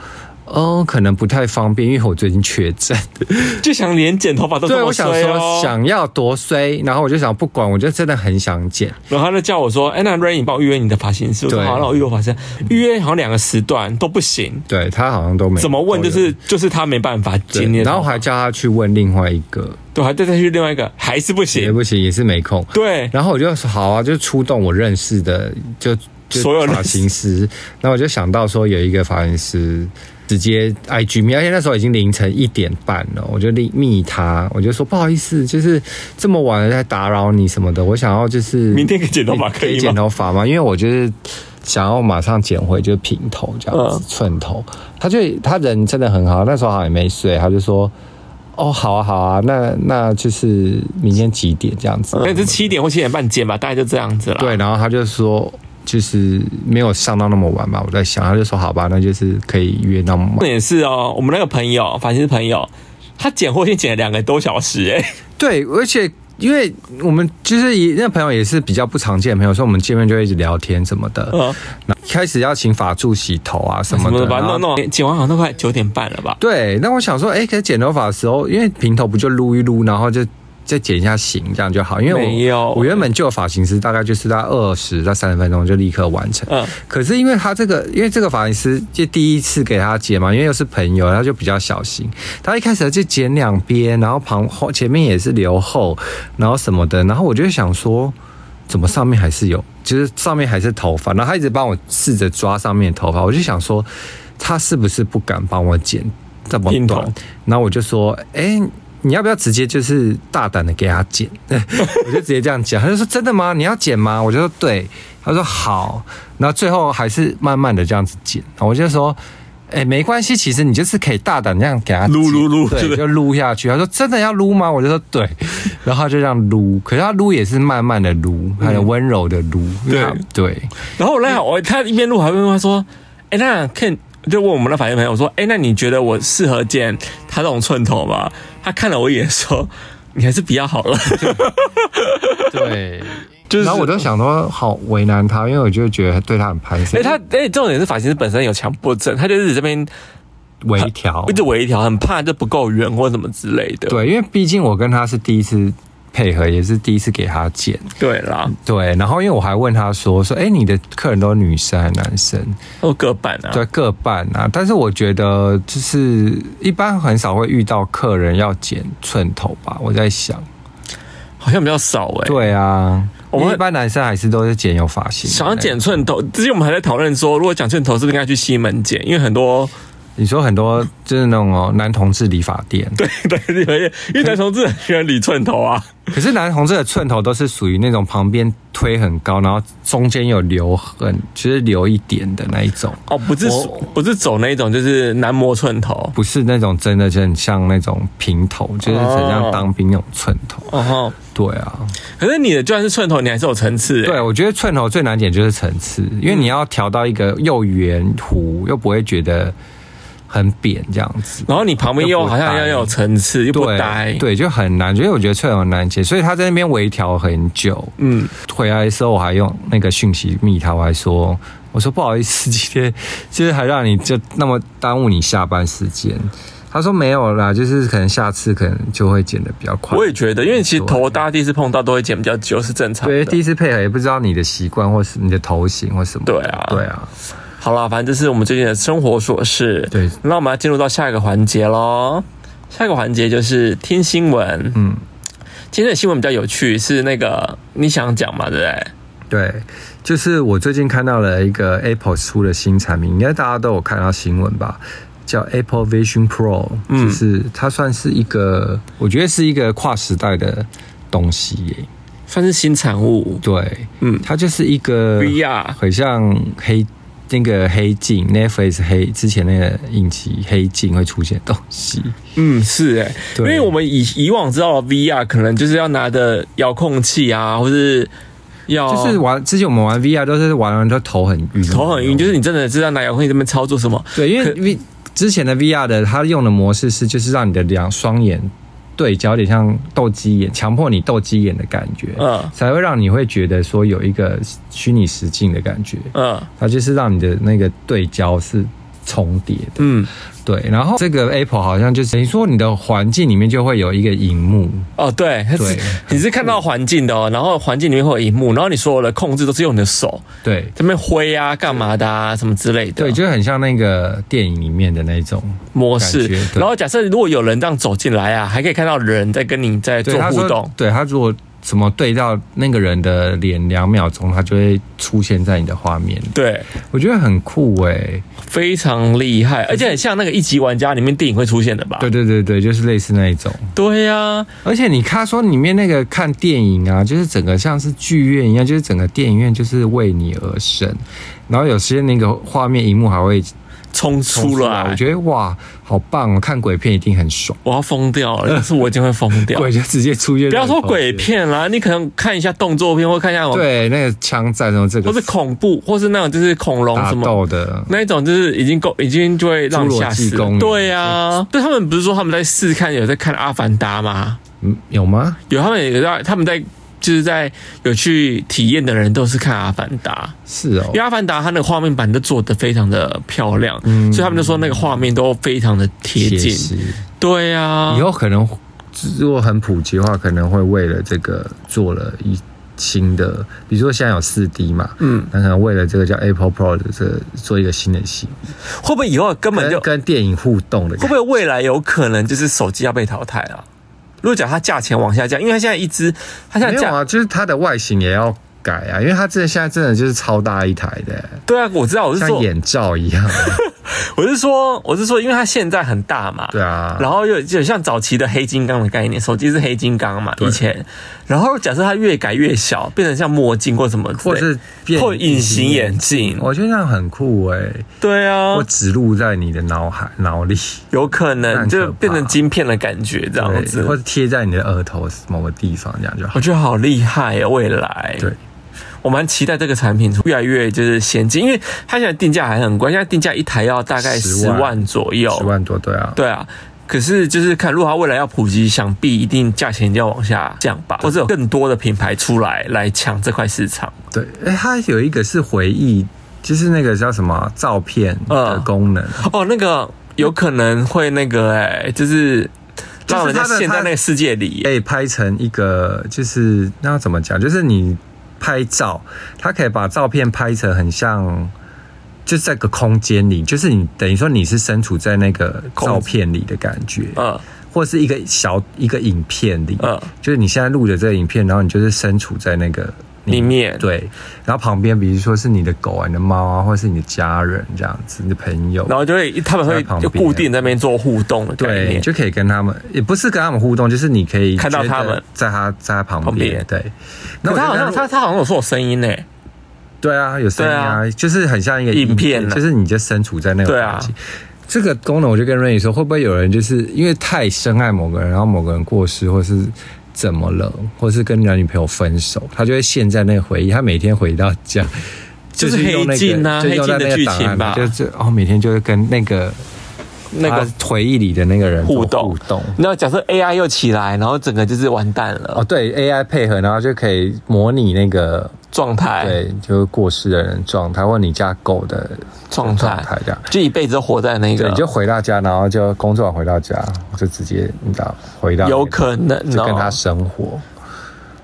[SPEAKER 2] 哦，可能不太方便，因为我最近确诊。
[SPEAKER 1] 就想连剪头发都这
[SPEAKER 2] 对，
[SPEAKER 1] 么
[SPEAKER 2] 我想
[SPEAKER 1] 衰哦
[SPEAKER 2] 说。想要多衰，然后我就想不管，我就真的很想剪。
[SPEAKER 1] 然后他就叫我说：“哎、那 Rain，你帮我预约你的发型师。”我说：“
[SPEAKER 2] 对
[SPEAKER 1] 好，那我预约我发型师。预约好像两个时段都不行，
[SPEAKER 2] 对他好像都没
[SPEAKER 1] 怎么问
[SPEAKER 2] 都
[SPEAKER 1] 就
[SPEAKER 2] 有
[SPEAKER 1] 是就是他没办法
[SPEAKER 2] 对
[SPEAKER 1] 今天。
[SPEAKER 2] 然后还叫他去问另外一个，
[SPEAKER 1] 对，还再再去另外一个还是不
[SPEAKER 2] 也
[SPEAKER 1] 行。
[SPEAKER 2] 不行，也是没空。
[SPEAKER 1] 对，
[SPEAKER 2] 然后我就说好啊，就出动我认识的，就就
[SPEAKER 1] 所有认识
[SPEAKER 2] 发型师。然后我就想到说有一个发型师直接 IG 密，而且那时候已经凌晨一点半了，我就密密他，我就说不好意思，就是这么晚了在打扰你什么的，我想要就是
[SPEAKER 1] 明天可以剪头发
[SPEAKER 2] 可
[SPEAKER 1] 可以
[SPEAKER 2] 以
[SPEAKER 1] 吗
[SPEAKER 2] 剪头发吗？因为我就是。想要马上剪回就是平头这样子、
[SPEAKER 1] 嗯
[SPEAKER 2] 寸头，他就他人真的很好，那时候好像也没睡，他就说哦好啊好啊，那那就是明天几点这样子？
[SPEAKER 1] 那是七点或七点半剪吧，大概就这样子了。
[SPEAKER 2] 嗯对，，然后他就说，就是没有上到那么晚吧。我在想，他就说好吧，那就是可以约那么晚
[SPEAKER 1] 重。点是哦，我们那个朋友发型师朋友，他剪货线剪了两个多小时、哎，
[SPEAKER 2] 对，而且因为我们就是也那朋友也是比较不常见的朋友，所以我们见面就会一直聊天什么的。
[SPEAKER 1] 嗯
[SPEAKER 2] 那开始要请法助洗头啊什么
[SPEAKER 1] 什么
[SPEAKER 2] 的，
[SPEAKER 1] 的把
[SPEAKER 2] 然
[SPEAKER 1] 它
[SPEAKER 2] 后
[SPEAKER 1] 弄弄剪完好像都快九点半了吧？
[SPEAKER 2] 对，那我想说，哎，可是剪头发的时候，因为平头不就撸一撸，然后就再剪一下型，这样就好。因为我
[SPEAKER 1] 没有
[SPEAKER 2] 我原本就有发型师，大概就是在二十到三十分钟就立刻完成。
[SPEAKER 1] 嗯
[SPEAKER 2] 可是因为他这个，因为这个发型师就第一次给他剪嘛，因为又是朋友，他就比较小心。他一开始就剪两边，然后旁后前面也是留后，然后什么的，然后我就想说。怎么上面还是有，就是上面还是头发，然后他一直帮我试着抓上面的头发，我就想说，他是不是不敢帮我剪这么
[SPEAKER 1] 平头
[SPEAKER 2] 短？然后我就说，哎、你要不要直接就是大胆的给他剪？ 我就直接这样讲，他就说真的吗？你要剪吗？我就说对，他说好，然后最后还是慢慢的这样子剪，然后我就说。哎、没关系，其实你就是可以大胆这样给他剪
[SPEAKER 1] 撸撸撸是不
[SPEAKER 2] 对，
[SPEAKER 1] 是
[SPEAKER 2] 就撸下去。他说：“真的要撸吗？”我就说：“对。”然后他就这样撸，可是他撸也是慢慢的撸，很温柔的撸。
[SPEAKER 1] 嗯对
[SPEAKER 2] 他对，
[SPEAKER 1] 然后我那我他一边录还一边问他说：“哎、那 Ken 就问我们的发型朋友说：‘哎、那你觉得我适合剪他这种寸头吗？’他看了我一眼说：‘你还是不要好了。’
[SPEAKER 2] 对，
[SPEAKER 1] 就是
[SPEAKER 2] 然后我就想说，好为难他，因为我就觉得对他很攀
[SPEAKER 1] 哎、
[SPEAKER 2] 升。
[SPEAKER 1] 他哎、重点是发型师本身有强迫症，他就是这边
[SPEAKER 2] 微调
[SPEAKER 1] 一，直微调，很怕这不够圆或什么之类的。
[SPEAKER 2] 对，因为毕竟我跟他是第一次配合，也是第一次给他剪。
[SPEAKER 1] 对啦，
[SPEAKER 2] 对，然后因为我还问他说说，哎、你的客人都是女生还是男生？
[SPEAKER 1] 都各半啊。
[SPEAKER 2] 对，各半啊。但是我觉得就是一般很少会遇到客人要剪寸头吧，我在想。
[SPEAKER 1] 好像比较少哎、
[SPEAKER 2] 对啊，
[SPEAKER 1] 我
[SPEAKER 2] 我
[SPEAKER 1] 们
[SPEAKER 2] 们一般男生还是都是剪有发型。
[SPEAKER 1] 想要剪，寸头，之前我们还在讨论说，如果讲寸头是不是应该去西门剪，因为很多
[SPEAKER 2] 你说很多就是那种哦，男同志理发店。
[SPEAKER 1] 对对 对，因为男同志很喜欢理寸头啊。
[SPEAKER 2] 可是男同志的寸头都是属于那种旁边推很高，然后中间有留痕，就是留一点的那一种，
[SPEAKER 1] 哦，不是
[SPEAKER 2] 我
[SPEAKER 1] 不是走那一种，就是男模寸头。
[SPEAKER 2] 不是那种真的就很像那种平头，就是很像当兵那种寸头。
[SPEAKER 1] 哦吼，
[SPEAKER 2] 对啊，
[SPEAKER 1] 可是你的就算是寸头，你还是有层次、欸。
[SPEAKER 2] 对，我觉得寸头最难点就是层次，因为你要调到一个又圆弧又不会觉得很扁这样子。
[SPEAKER 1] 然后你旁边又好像要有层次，又不呆
[SPEAKER 2] 对。对，就很难，因为我觉得寸头很难剪，所以他在那边微调很久。
[SPEAKER 1] 嗯，
[SPEAKER 2] 回来的时候我还用那个讯息密他，我还说，我说不好意思，今天就是还让你就那么耽误你下班时间。他说没有啦，就是可能下次可能就会剪的比较快。
[SPEAKER 1] 我也觉得，因为其实头大家第一次碰到都会剪比较久，是正常的。
[SPEAKER 2] 对第一次配合也不知道你的习惯或是你的头型或什么的。
[SPEAKER 1] 对啊
[SPEAKER 2] 对啊，
[SPEAKER 1] 好啦，反正这是我们最近的生活琐事。
[SPEAKER 2] 对
[SPEAKER 1] 那我们要进入到下一个环节喽。下一个环节就是听新闻。
[SPEAKER 2] 嗯，
[SPEAKER 1] 今天的新闻比较有趣，是那个你想讲嘛，对不对？
[SPEAKER 2] 对，就是我最近看到了一个 Apple 出的新产品，应该大家都有看到新闻吧？叫 Apple Vision Pro，、
[SPEAKER 1] 嗯
[SPEAKER 2] 就是它算是一个，我觉得是一个跨时代的东西耶。
[SPEAKER 1] 算是新产物。
[SPEAKER 2] 对，
[SPEAKER 1] 嗯
[SPEAKER 2] 它就是一个
[SPEAKER 1] ，VR
[SPEAKER 2] 很像黑那个黑镜 Netflix 黑之前那个影集黑镜会出现的东西。
[SPEAKER 1] 嗯，是哎、因
[SPEAKER 2] 对
[SPEAKER 1] 为我们以以往知道的 VR 可能就是要拿着遥控器啊，或是要
[SPEAKER 2] 就是玩之前我们玩 VR 都是玩完都头很晕，
[SPEAKER 1] 头很晕，就是你真的知道拿遥控器这边操作什么。
[SPEAKER 2] 对，因为
[SPEAKER 1] 可
[SPEAKER 2] V 之前的 VR 的它用的模式是就是让你的两双眼对焦，有点像斗鸡眼，强迫你斗鸡眼的感觉，
[SPEAKER 1] 嗯
[SPEAKER 2] 才会让你会觉得说有一个虚拟实境的感觉。
[SPEAKER 1] 嗯
[SPEAKER 2] 它就是让你的那个对焦是重叠的。
[SPEAKER 1] 嗯，
[SPEAKER 2] 对，然后这个 Apple 好像就是等于说你的环境里面就会有一个荧幕，
[SPEAKER 1] 哦对，它是
[SPEAKER 2] 对
[SPEAKER 1] 你是看到环境的哦，然后环境里面会有荧幕，然后你所有的控制都是用你的手
[SPEAKER 2] 对
[SPEAKER 1] 这边挥啊、干嘛的啊、什么之类的
[SPEAKER 2] 对，就很像那个电影里面的那种。
[SPEAKER 1] 模式
[SPEAKER 2] 感觉。对
[SPEAKER 1] 然后假设如果有人这样走进来啊，还可以看到人在跟你在
[SPEAKER 2] 对，
[SPEAKER 1] 做
[SPEAKER 2] 他
[SPEAKER 1] 互
[SPEAKER 2] 说
[SPEAKER 1] 动，。
[SPEAKER 2] 对他如果怎么对到那个人的脸两秒钟，他就会出现在你的画面里。
[SPEAKER 1] 对，
[SPEAKER 2] 我觉得很酷哎、
[SPEAKER 1] 非常厉害，而且很像那个一级玩家里面电影会出现的吧？
[SPEAKER 2] 对对对对，就是类似那一种。
[SPEAKER 1] 对啊呀、
[SPEAKER 2] 而且你看说里面那个看电影啊，就是整个像是剧院一样，就是整个电影院就是为你而生，然后有些那个画面荧幕还会
[SPEAKER 1] 冲
[SPEAKER 2] 冲
[SPEAKER 1] 出来，
[SPEAKER 2] 我觉得哇，好棒哦！看鬼片一定很爽，
[SPEAKER 1] 我要疯掉 了，但是我已经会疯掉。
[SPEAKER 2] 鬼就直接出现。
[SPEAKER 1] 不要说鬼，片啦，你可能看一下动作片，或看一下，
[SPEAKER 2] 对，那个枪战什么这
[SPEAKER 1] 或
[SPEAKER 2] 个
[SPEAKER 1] 是恐怖，或是那种就是恐龙
[SPEAKER 2] 打
[SPEAKER 1] 什么。
[SPEAKER 2] 斗的，
[SPEAKER 1] 那一种就是已经够，已经就会让你吓
[SPEAKER 2] 侏罗
[SPEAKER 1] 死
[SPEAKER 2] 纪公
[SPEAKER 1] 了。
[SPEAKER 2] 园
[SPEAKER 1] 对呀、啊，对他们不是说他们在试看，有在看《阿凡达》吗？
[SPEAKER 2] 嗯，有吗？
[SPEAKER 1] 有他们有在，他们在就是在有去体验的人都是看《阿凡达》，
[SPEAKER 2] 是哦
[SPEAKER 1] 因为《阿凡达》它那个画面版都做得非常的漂亮，所以他们就说那个画面都非常的贴
[SPEAKER 2] 嗯写
[SPEAKER 1] 近。
[SPEAKER 2] 实
[SPEAKER 1] 对呀、啊，
[SPEAKER 2] 以后可能如果很普及的话，可能会为了这个做了一新的，比如说现在有四 D 嘛，
[SPEAKER 1] 嗯，
[SPEAKER 2] 那可能为了这个叫 Apple Pro 的这个做一个新的系，
[SPEAKER 1] 会不会以后根本就
[SPEAKER 2] 跟跟电影互动
[SPEAKER 1] 会
[SPEAKER 2] 的感
[SPEAKER 1] 不
[SPEAKER 2] 觉。
[SPEAKER 1] 会未来有可能就是手机要被淘汰啊？如果讲它价钱往下降，因为它现在一只，它现
[SPEAKER 2] 没
[SPEAKER 1] 在
[SPEAKER 2] 有
[SPEAKER 1] 价、
[SPEAKER 2] 啊，就是它的外形也要改啊，因为它这现在真的就是超大一台的，
[SPEAKER 1] 对啊，我知道，我是
[SPEAKER 2] 像
[SPEAKER 1] 说，
[SPEAKER 2] 眼罩 一样。
[SPEAKER 1] 我是说，我是说，因为它现在很大嘛，
[SPEAKER 2] 对啊，
[SPEAKER 1] 然后又就像早期的黑金刚的概念，手机是黑金刚嘛，
[SPEAKER 2] 对
[SPEAKER 1] 以前，然后假设它越改越小，变成像墨镜或什么之类，
[SPEAKER 2] 或是变
[SPEAKER 1] 或隐形眼镜，
[SPEAKER 2] 我觉得那样很酷哎、
[SPEAKER 1] 对啊
[SPEAKER 2] 我，植入在你的脑海脑里，
[SPEAKER 1] 有可能
[SPEAKER 2] 很可怕
[SPEAKER 1] 就变成晶片的感觉这样
[SPEAKER 2] 对，
[SPEAKER 1] 子，
[SPEAKER 2] 或者贴在你的额头某个地方，这样就好
[SPEAKER 1] 我。觉得好厉害哦，未来，
[SPEAKER 2] 对，
[SPEAKER 1] 我蛮期待这个产品越来越就是先进，因为它现在定价还很贵，现在定价一台要大概十
[SPEAKER 2] 10万
[SPEAKER 1] 万左右，
[SPEAKER 2] 十万多，对啊，
[SPEAKER 1] 对啊。可是就是看，如果它未来要普及，想必一定价钱就要往下降吧，或者有更多的品牌出来来抢这块市场。
[SPEAKER 2] 对，哎、它有一个是回忆，就是那个叫什么照片的
[SPEAKER 1] 嗯
[SPEAKER 2] 功能，
[SPEAKER 1] 哦，那个有可能会那个哎、就是让人家陷在那个世界里、
[SPEAKER 2] 可以拍成一个，就是那要怎么讲？就是你拍照，它可以把照片拍成很像，就在个空间里，就是你等于说你是身处在那个
[SPEAKER 1] 空
[SPEAKER 2] 照片里的感觉，
[SPEAKER 1] 嗯，
[SPEAKER 2] 或是一个小一个影片里，
[SPEAKER 1] 嗯
[SPEAKER 2] 就是你现在录的这个影片，然后你就是身处在那个
[SPEAKER 1] 里面
[SPEAKER 2] 对，然后旁边比如说是你的狗啊、你的猫啊，或是你的家人这样子，你的朋友，
[SPEAKER 1] 然后就会他们
[SPEAKER 2] 在
[SPEAKER 1] 会
[SPEAKER 2] 旁
[SPEAKER 1] 就
[SPEAKER 2] 边
[SPEAKER 1] 固定在那边做互动的概
[SPEAKER 2] 对，
[SPEAKER 1] 念。
[SPEAKER 2] 就可以跟他们，也不是跟他们互动，就是你可以
[SPEAKER 1] 看到
[SPEAKER 2] 觉得
[SPEAKER 1] 他们
[SPEAKER 2] 在他在他旁
[SPEAKER 1] 旁
[SPEAKER 2] 边
[SPEAKER 1] 边，
[SPEAKER 2] 对。那
[SPEAKER 1] 可
[SPEAKER 2] 我
[SPEAKER 1] 他好
[SPEAKER 2] 觉得
[SPEAKER 1] 像
[SPEAKER 2] 如
[SPEAKER 1] 他
[SPEAKER 2] 果
[SPEAKER 1] 他好像有说有声音呢、
[SPEAKER 2] 对啊，有声音啊，就是很像一个
[SPEAKER 1] 影片啊
[SPEAKER 2] 就是你就身处在那个
[SPEAKER 1] 对啊
[SPEAKER 2] 环境。这个功能我就跟瑞宇说，会不会有人就是因为太深爱某个人，然后某个人过世，或是怎么了，或是跟男女朋友分手，他就会陷在那个回忆，他每天回到家。
[SPEAKER 1] 就是
[SPEAKER 2] 是用那
[SPEAKER 1] 黑镜啊
[SPEAKER 2] 个，就用在
[SPEAKER 1] 黑镜的
[SPEAKER 2] 那个
[SPEAKER 1] 剧
[SPEAKER 2] 档
[SPEAKER 1] 情
[SPEAKER 2] 案
[SPEAKER 1] 吧
[SPEAKER 2] 就是哦，每天就是跟那个
[SPEAKER 1] 那个
[SPEAKER 2] 他回忆里的那个人做
[SPEAKER 1] 互动
[SPEAKER 2] 互动，
[SPEAKER 1] 然后假设 AI 又起来，然后整个就是完蛋
[SPEAKER 2] 哦，
[SPEAKER 1] 了
[SPEAKER 2] 对，AI 配合，然后就可以模拟那个
[SPEAKER 1] 状态，
[SPEAKER 2] 对，就是过世的人状态，或你家狗的
[SPEAKER 1] 状态
[SPEAKER 2] 态这样。
[SPEAKER 1] 就一辈子都活在那
[SPEAKER 2] 对，
[SPEAKER 1] 个
[SPEAKER 2] 你，就回到家，然后就工作完回到家，就直接你知道回到
[SPEAKER 1] 有可能
[SPEAKER 2] 就跟
[SPEAKER 1] 哦
[SPEAKER 2] 他生活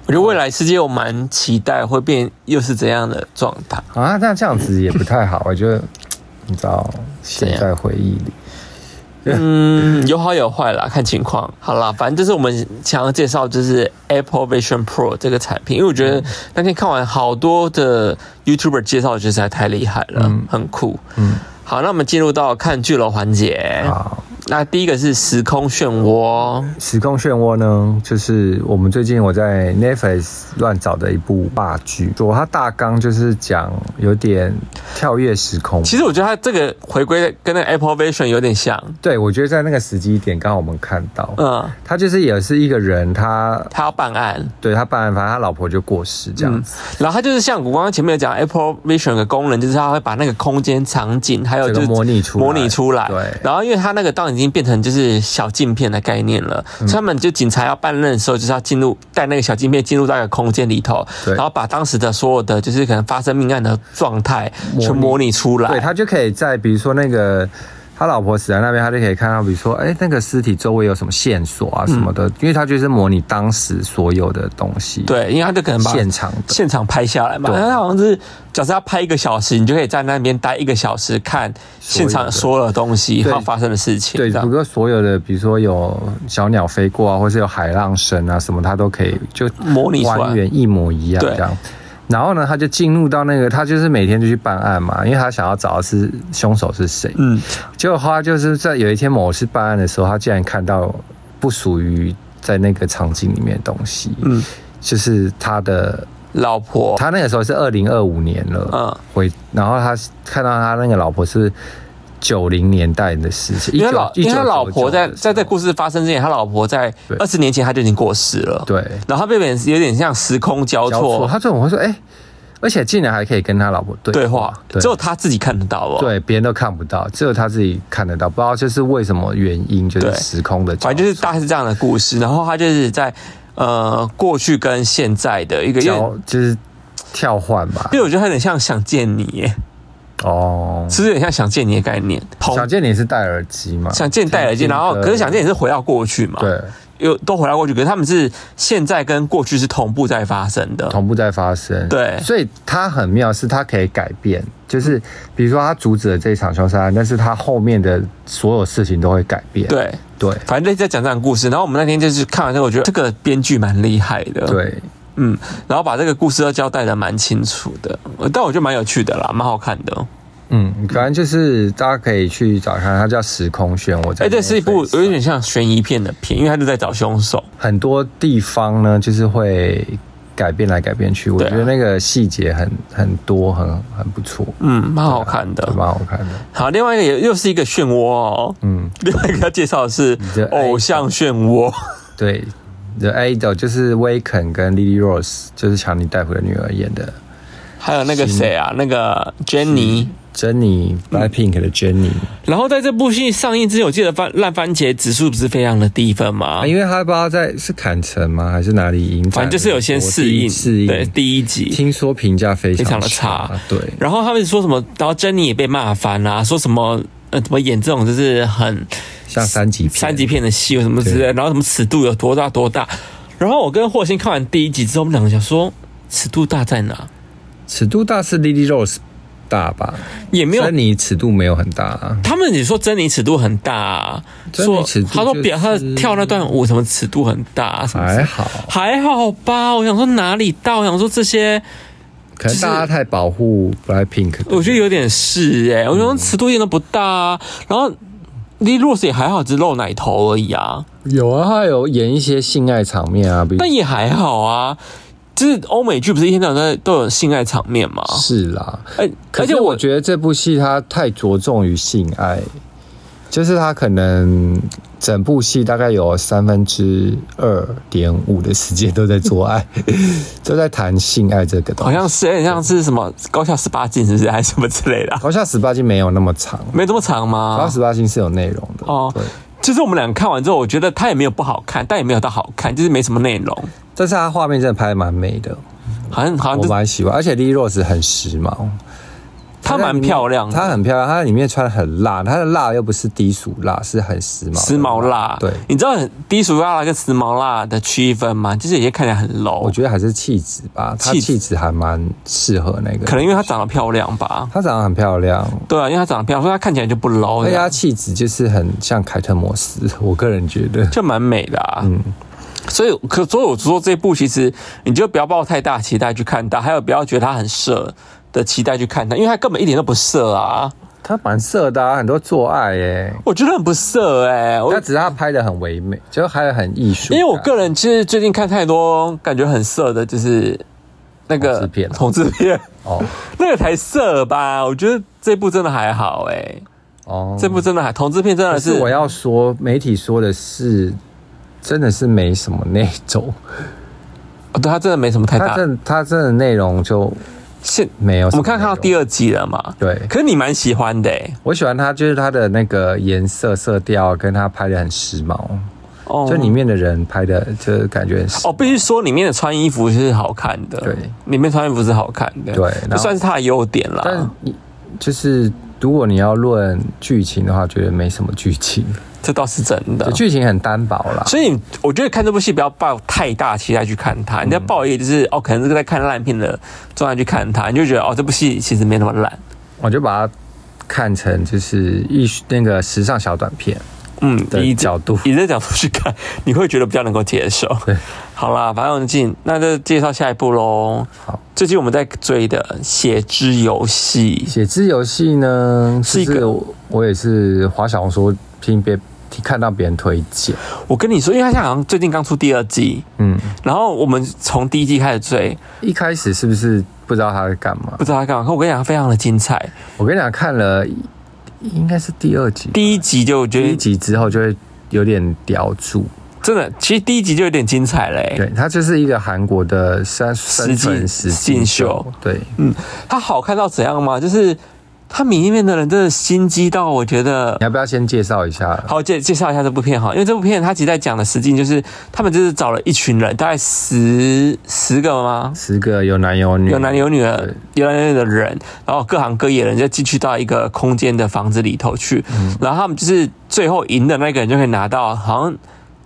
[SPEAKER 1] 我觉得未来世界我蛮期待会变又是怎样的状态。
[SPEAKER 2] 啊。那这样子也不太好，我觉得你知道陷
[SPEAKER 1] 样
[SPEAKER 2] 在回忆里。
[SPEAKER 1] 嗯，有好有坏啦，看情况。好啦，反正就是我们想要介绍就是 Apple Vision Pro 这个产品，因为我
[SPEAKER 2] 嗯
[SPEAKER 1] 觉得那天看完好多的 YouTuber 介绍，我觉得实在太厉害了，很酷。嗯，好，那我们进入到看剧楼环节。
[SPEAKER 2] 好，
[SPEAKER 1] 那第一个是时空漩涡，
[SPEAKER 2] 时空漩涡呢，就是我们最近我在 Netflix 乱找的一部霸剧，我它大纲就是讲有点跳跃时空。
[SPEAKER 1] 其实我觉得它这个回归跟那个 Apple Vision 有点像。
[SPEAKER 2] 对，我觉得在那个时机点，刚好我们看到，
[SPEAKER 1] 嗯，
[SPEAKER 2] 他就是也是一个人，他
[SPEAKER 1] 他要办案，
[SPEAKER 2] 对他办案，反正他老婆就过世这样
[SPEAKER 1] 嗯
[SPEAKER 2] 子。，
[SPEAKER 1] 然后它就是像我刚刚前面有讲 Apple Vision 的功能，就是它会把那个空间场景还有
[SPEAKER 2] 整
[SPEAKER 1] 就
[SPEAKER 2] 个
[SPEAKER 1] 是
[SPEAKER 2] 模拟出来
[SPEAKER 1] 模拟出来。
[SPEAKER 2] 对
[SPEAKER 1] 然后因为它那个当已经变成就是小镜片的概念了，
[SPEAKER 2] 嗯
[SPEAKER 1] 所以他们就警察要办案的时候，就是要进入带那个小镜片进入到一个空间里头，
[SPEAKER 2] 对
[SPEAKER 1] 然后把当时的所有的就是可能发生命案的状态
[SPEAKER 2] 模拟
[SPEAKER 1] 全模拟出来。
[SPEAKER 2] 对他就可以在比如说那个他老婆死在那边，他就可以看到，比如说哎、那个尸体周围有什么线索啊什么的，因为他就是模拟当时所有的东西，，
[SPEAKER 1] 嗯对，因为他就可能把
[SPEAKER 2] 现场的
[SPEAKER 1] 现场拍下来嘛，
[SPEAKER 2] 对
[SPEAKER 1] 那好像是假设要拍一个小时，你就可以在那边待一个小时，看现场所有的东西，
[SPEAKER 2] 对
[SPEAKER 1] 还有发生的事情。
[SPEAKER 2] 对，
[SPEAKER 1] 这
[SPEAKER 2] 不
[SPEAKER 1] 样
[SPEAKER 2] 过所有的比如说有小鸟飞过啊，或是有海浪声啊什么，他都可以就
[SPEAKER 1] 模拟出来
[SPEAKER 2] 还原一模一样
[SPEAKER 1] 对
[SPEAKER 2] 这样。然后呢，他就进入到那个，他就是每天就去办案嘛，因为他想要找的是凶手是谁。
[SPEAKER 1] 嗯，
[SPEAKER 2] 结果他就是在有一天某次办案的时候，他竟然看到不属于在那个场景里面的东西。
[SPEAKER 1] 嗯，
[SPEAKER 2] 就是他的，
[SPEAKER 1] 老婆，
[SPEAKER 2] 他那个时候是二零二五年了。
[SPEAKER 1] 嗯，
[SPEAKER 2] 回，然后他看到他那个老婆是九零年代的事情，
[SPEAKER 1] 因为老
[SPEAKER 2] 19
[SPEAKER 1] 因为他老婆在
[SPEAKER 2] 1999的时
[SPEAKER 1] 在
[SPEAKER 2] 候
[SPEAKER 1] 这故事发生之前，他老婆在
[SPEAKER 2] 对
[SPEAKER 1] 二十年前他就已经过世了。，
[SPEAKER 2] 对
[SPEAKER 1] 然后他被别人有点像时空交
[SPEAKER 2] 交错，
[SPEAKER 1] 错
[SPEAKER 2] 他这种会说哎、而且竟然还可以跟他老婆对
[SPEAKER 1] 对话，
[SPEAKER 2] 对
[SPEAKER 1] 只有他自己看得到哦。，
[SPEAKER 2] 对，别人都看不到，只有他自己看得到，不知道就是为什么原因，就是
[SPEAKER 1] 对
[SPEAKER 2] 时空的交错，
[SPEAKER 1] 反正就是大概是这样的故事。然后他就是在呃过去跟现在的一个，因为
[SPEAKER 2] 交就是跳换吧
[SPEAKER 1] 因。为我觉得他有点像想见你耶。
[SPEAKER 2] 哦，
[SPEAKER 1] 是不是有点像想见你的概念？同
[SPEAKER 2] 想见你是戴耳机吗？
[SPEAKER 1] 想见戴耳机，
[SPEAKER 2] 啊听听
[SPEAKER 1] 然后
[SPEAKER 2] 歌
[SPEAKER 1] 可是想见也是回到过去嘛，，
[SPEAKER 2] 对
[SPEAKER 1] 又都回到过去，可是他们是现在跟过去是同步在发生的，
[SPEAKER 2] 同步在发生。
[SPEAKER 1] 对
[SPEAKER 2] 所以它很妙，是它可以改变，就是比如说他阻止了这一场凶杀案，但是他后面的所有事情都会改变。
[SPEAKER 1] 对，
[SPEAKER 2] 对
[SPEAKER 1] 反正就在讲这样的故事。然后我们那天就是看完之后，我觉得这个编剧蛮厉害的，，
[SPEAKER 2] 对，
[SPEAKER 1] 嗯，然后把这个故事都交代的蛮清楚的，呃但我觉得蛮有趣的啦，蛮好看的。
[SPEAKER 2] 嗯，反正就是大家可以去找看，它叫《时空漩涡》。
[SPEAKER 1] 哎，
[SPEAKER 2] 在
[SPEAKER 1] 这是一部
[SPEAKER 2] Netflix 上
[SPEAKER 1] 有点像悬疑片的片，因为他就在找凶手。
[SPEAKER 2] 很多地方呢，就是会改变来改变去。我
[SPEAKER 1] 对啊
[SPEAKER 2] 觉得那个细节很很多，很很不错，
[SPEAKER 1] 嗯，蛮好看的
[SPEAKER 2] 对。蛮好看的。
[SPEAKER 1] 好，另外一个也又是一个漩涡哦。
[SPEAKER 2] 嗯，哎
[SPEAKER 1] 另外一个要介绍的是
[SPEAKER 2] 的爱
[SPEAKER 1] 偶像漩涡。
[SPEAKER 2] 对，The Idol 就是威肯跟 Lily Rose，就是强尼戴普的女儿演的。
[SPEAKER 1] 还有那个谁啊，那个 Jenny
[SPEAKER 2] 珍妮 Blackpink 的 Jenny，、
[SPEAKER 1] 然后在这部戏上映之前，我记得番烂番茄指数不是非常的低分吗
[SPEAKER 2] 啊、？因为他不知道在是坎城吗？还是哪里影展？
[SPEAKER 1] 反正就是有先试
[SPEAKER 2] 国
[SPEAKER 1] 映，
[SPEAKER 2] 际试映，
[SPEAKER 1] 对第一集。
[SPEAKER 2] 听说评价非
[SPEAKER 1] 非常
[SPEAKER 2] 常
[SPEAKER 1] 的差
[SPEAKER 2] 对，
[SPEAKER 1] 然后他们说什么，然后珍妮也被骂翻啦、说什么呃怎么演这种就是很
[SPEAKER 2] 像三级片，
[SPEAKER 1] 三级片的戏或什么之类的，然后什么尺度有多大多大。然后我跟霍星看完第一集之后，我们两个想说尺度大在哪？
[SPEAKER 2] 尺度大是 Lily Rose 大吧？
[SPEAKER 1] 也没有
[SPEAKER 2] 珍妮尺度没有很大、啊，
[SPEAKER 1] 他们也说珍妮尺度很大、啊，
[SPEAKER 2] 珍妮
[SPEAKER 1] 说
[SPEAKER 2] 尺度
[SPEAKER 1] 他说
[SPEAKER 2] 就是
[SPEAKER 1] 表他跳那段舞什么尺度很大、啊，什么之
[SPEAKER 2] 还
[SPEAKER 1] 类
[SPEAKER 2] 好，
[SPEAKER 1] 还好吧？我想说哪里大？我想说这些，
[SPEAKER 2] 可能
[SPEAKER 1] 是
[SPEAKER 2] 大家太保护 Blackpink，
[SPEAKER 1] 我觉得有点是
[SPEAKER 2] 嗯
[SPEAKER 1] 哎、我想说尺度一点都不大、啊。然后 Lee Rose 也还好，只是露奶头而已啊，
[SPEAKER 2] 有啊，他有演一些性爱场面啊，比
[SPEAKER 1] 但也还好啊。就是欧美剧不是一天到晚在都有性爱场面嘛？
[SPEAKER 2] 是啦，
[SPEAKER 1] 哎，
[SPEAKER 2] 可
[SPEAKER 1] 而且
[SPEAKER 2] 是
[SPEAKER 1] 我
[SPEAKER 2] 我觉得这部戏它太着重于性爱，就是它可能整部戏大概有三分之二点五的时间都在做爱， 都在谈性爱这个东
[SPEAKER 1] 好
[SPEAKER 2] 西。
[SPEAKER 1] 像是有点像是什么高校十八禁，是不 是还是什么之类的啊、
[SPEAKER 2] 好像十八禁没有那么长，
[SPEAKER 1] 没这么长
[SPEAKER 2] 然后
[SPEAKER 1] 吗？
[SPEAKER 2] 十八禁是有内容的
[SPEAKER 1] 啊哦
[SPEAKER 2] 对。
[SPEAKER 1] 就是我们两个看完之后，我觉得它也没有不好看，但也没有到好看，就是没什么内容，
[SPEAKER 2] 但是它画面真的拍得蛮美的，
[SPEAKER 1] 好像好像
[SPEAKER 2] 我
[SPEAKER 1] 就是
[SPEAKER 2] 蛮喜欢，而且 Lee Rose 很时髦，
[SPEAKER 1] 它蛮漂亮
[SPEAKER 2] 她
[SPEAKER 1] 的，
[SPEAKER 2] 很漂亮，她在里面穿得很辣，她的辣又不是低俗辣，是很时髦的
[SPEAKER 1] 时髦辣。
[SPEAKER 2] 对，
[SPEAKER 1] 你知道很低俗辣跟时髦辣的区分吗？就是有些看起来很 low，
[SPEAKER 2] 我觉得还是气质吧，她
[SPEAKER 1] 气质
[SPEAKER 2] 气质还蛮适合那个。
[SPEAKER 1] 可能因为她长得漂亮吧。
[SPEAKER 2] 她长得很漂亮，
[SPEAKER 1] 对啊，因为她长得漂亮，所以她看起来就不 low，
[SPEAKER 2] 而且
[SPEAKER 1] 这
[SPEAKER 2] 她
[SPEAKER 1] 样
[SPEAKER 2] 气质就是很像凯特摩斯，我个人觉得。
[SPEAKER 1] 就蛮美的啊。
[SPEAKER 2] 嗯
[SPEAKER 1] 所以，可所以我说这部其实你就不要抱太大期待去看它，还有不要觉得它很色的期待去看它，因为它根本一点都不色啊。
[SPEAKER 2] 她蛮色的、啊，很多做爱耶、
[SPEAKER 1] 我觉得很不色哎、我
[SPEAKER 2] 但只是她拍的很唯美，就还有很艺术
[SPEAKER 1] 因
[SPEAKER 2] 感。
[SPEAKER 1] 为我个人其实最近看太多感觉很色的，就是那个
[SPEAKER 2] 同志片啊
[SPEAKER 1] 同志片
[SPEAKER 2] 哦
[SPEAKER 1] 那个才色吧。我觉得这部真的还好哎、
[SPEAKER 2] 哦，
[SPEAKER 1] 这部真的还同志片真的
[SPEAKER 2] 可
[SPEAKER 1] 是
[SPEAKER 2] 是我要说，媒体说的是，真的是没什么内容，
[SPEAKER 1] 哦对它真的没什么太
[SPEAKER 2] 他
[SPEAKER 1] 大。
[SPEAKER 2] 这他这的内容就
[SPEAKER 1] 现
[SPEAKER 2] 没有
[SPEAKER 1] 我
[SPEAKER 2] 什么内容。
[SPEAKER 1] 们看看到第二季了嘛？
[SPEAKER 2] 对
[SPEAKER 1] 可是你蛮喜欢的、欸、
[SPEAKER 2] 我喜欢他就是他的那个颜色色调，跟他拍的很时髦，
[SPEAKER 1] 哦
[SPEAKER 2] 就里面的人拍的，就是感觉很时
[SPEAKER 1] 哦，必须说里面的穿衣服是好看的，
[SPEAKER 2] 对，
[SPEAKER 1] 里面穿衣服是好看的，
[SPEAKER 2] 对然
[SPEAKER 1] 这
[SPEAKER 2] 后
[SPEAKER 1] 算是它的优点
[SPEAKER 2] 但
[SPEAKER 1] 啦。
[SPEAKER 2] 你就是如果你要论剧情的话，觉得没什么剧情，
[SPEAKER 1] 这倒是真的
[SPEAKER 2] 就。剧情很单薄啦。
[SPEAKER 1] 嗯所以我觉得看这部戏不要抱太大期待去看它，你要抱一个就
[SPEAKER 2] 嗯
[SPEAKER 1] 是哦，可能是在看烂片的状态去看它，你就觉得哦，这部戏其实没那么烂。
[SPEAKER 2] 我就把它看成就是艺术那个时尚小短片
[SPEAKER 1] 嗯，
[SPEAKER 2] 的
[SPEAKER 1] 以这
[SPEAKER 2] 角度。
[SPEAKER 1] 以这角度去看，你会觉得比较能够接受。
[SPEAKER 2] 对，
[SPEAKER 1] 好啦，反正我们进，那就介绍下一部喽。
[SPEAKER 2] 好，
[SPEAKER 1] 最近我们在追的《血之游戏》，
[SPEAKER 2] 写字游戏呢，
[SPEAKER 1] 是一个
[SPEAKER 2] 就是我我也是滑小红书听别听看到别人推荐，
[SPEAKER 1] 我跟你说，因为它现在好像最近刚出第二季，
[SPEAKER 2] 嗯，
[SPEAKER 1] 然后我们从第一季开始追，
[SPEAKER 2] 一开始是不是不知道他在干嘛
[SPEAKER 1] 不？知道它干嘛。可我跟你讲，它非常的精彩。
[SPEAKER 2] 我跟你讲，看了一应该是第二集，
[SPEAKER 1] 第一集就我觉
[SPEAKER 2] 第一
[SPEAKER 1] 得
[SPEAKER 2] 集之后就会有点叼住。
[SPEAKER 1] 真的，其实第一集就有点精彩嘞、
[SPEAKER 2] 对，它就是一个韩国的生
[SPEAKER 1] 实境
[SPEAKER 2] 生存实
[SPEAKER 1] 境
[SPEAKER 2] 境
[SPEAKER 1] 秀
[SPEAKER 2] 秀，对，
[SPEAKER 1] 它好看到怎样吗？就是它里面的人真的心机到，我觉得
[SPEAKER 2] 你。要不要先介绍一下？
[SPEAKER 1] 好，介介绍一下这部片哈，因为这部片它其实在讲的实际就是他们就是找了一群人，大概十十个吗？
[SPEAKER 2] 十个有男有女，
[SPEAKER 1] 有男有女的，有男有女的人，然后各行各业的人就进去到一个空间的房子里头去，
[SPEAKER 2] 嗯
[SPEAKER 1] 然后他们就是最后赢的那个人就可以拿到好像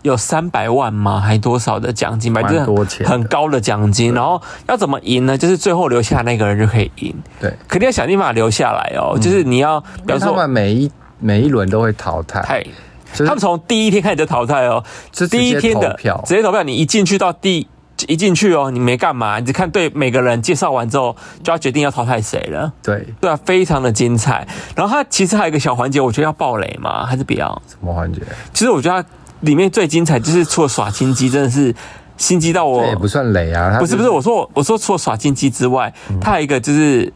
[SPEAKER 1] 有三百万吗？还多少的奖金吧，
[SPEAKER 2] 蛮
[SPEAKER 1] 就是很
[SPEAKER 2] 多钱的
[SPEAKER 1] 很高的奖金。然后要怎么赢呢？就是最后留下那个人就可以赢，
[SPEAKER 2] 对，
[SPEAKER 1] 肯定要想尽办法留下来哦。就是你要，比
[SPEAKER 2] 嗯因为
[SPEAKER 1] 方
[SPEAKER 2] 他
[SPEAKER 1] 说
[SPEAKER 2] 们，每一每一轮都会淘汰，
[SPEAKER 1] 哎，
[SPEAKER 2] 就是
[SPEAKER 1] 他们从第一天开始就淘汰哦，
[SPEAKER 2] 就直接
[SPEAKER 1] 第一天的
[SPEAKER 2] 投票
[SPEAKER 1] 直接投票，你一进去到第一进去哦，你没干嘛，你只看对每个人介绍完之后，就要决定要淘汰谁了。
[SPEAKER 2] 对
[SPEAKER 1] 对啊，非常的精彩。然后它其实还有一个小环节，我觉得要爆雷吗？还是不要？
[SPEAKER 2] 什么环节？
[SPEAKER 1] 其实我觉得它里面最精彩就是除了耍心机，真的是心机到我
[SPEAKER 2] 这也不算雷啊，它嗯
[SPEAKER 1] 不是不是，我说我我说除了耍心机之外，它还有一个就是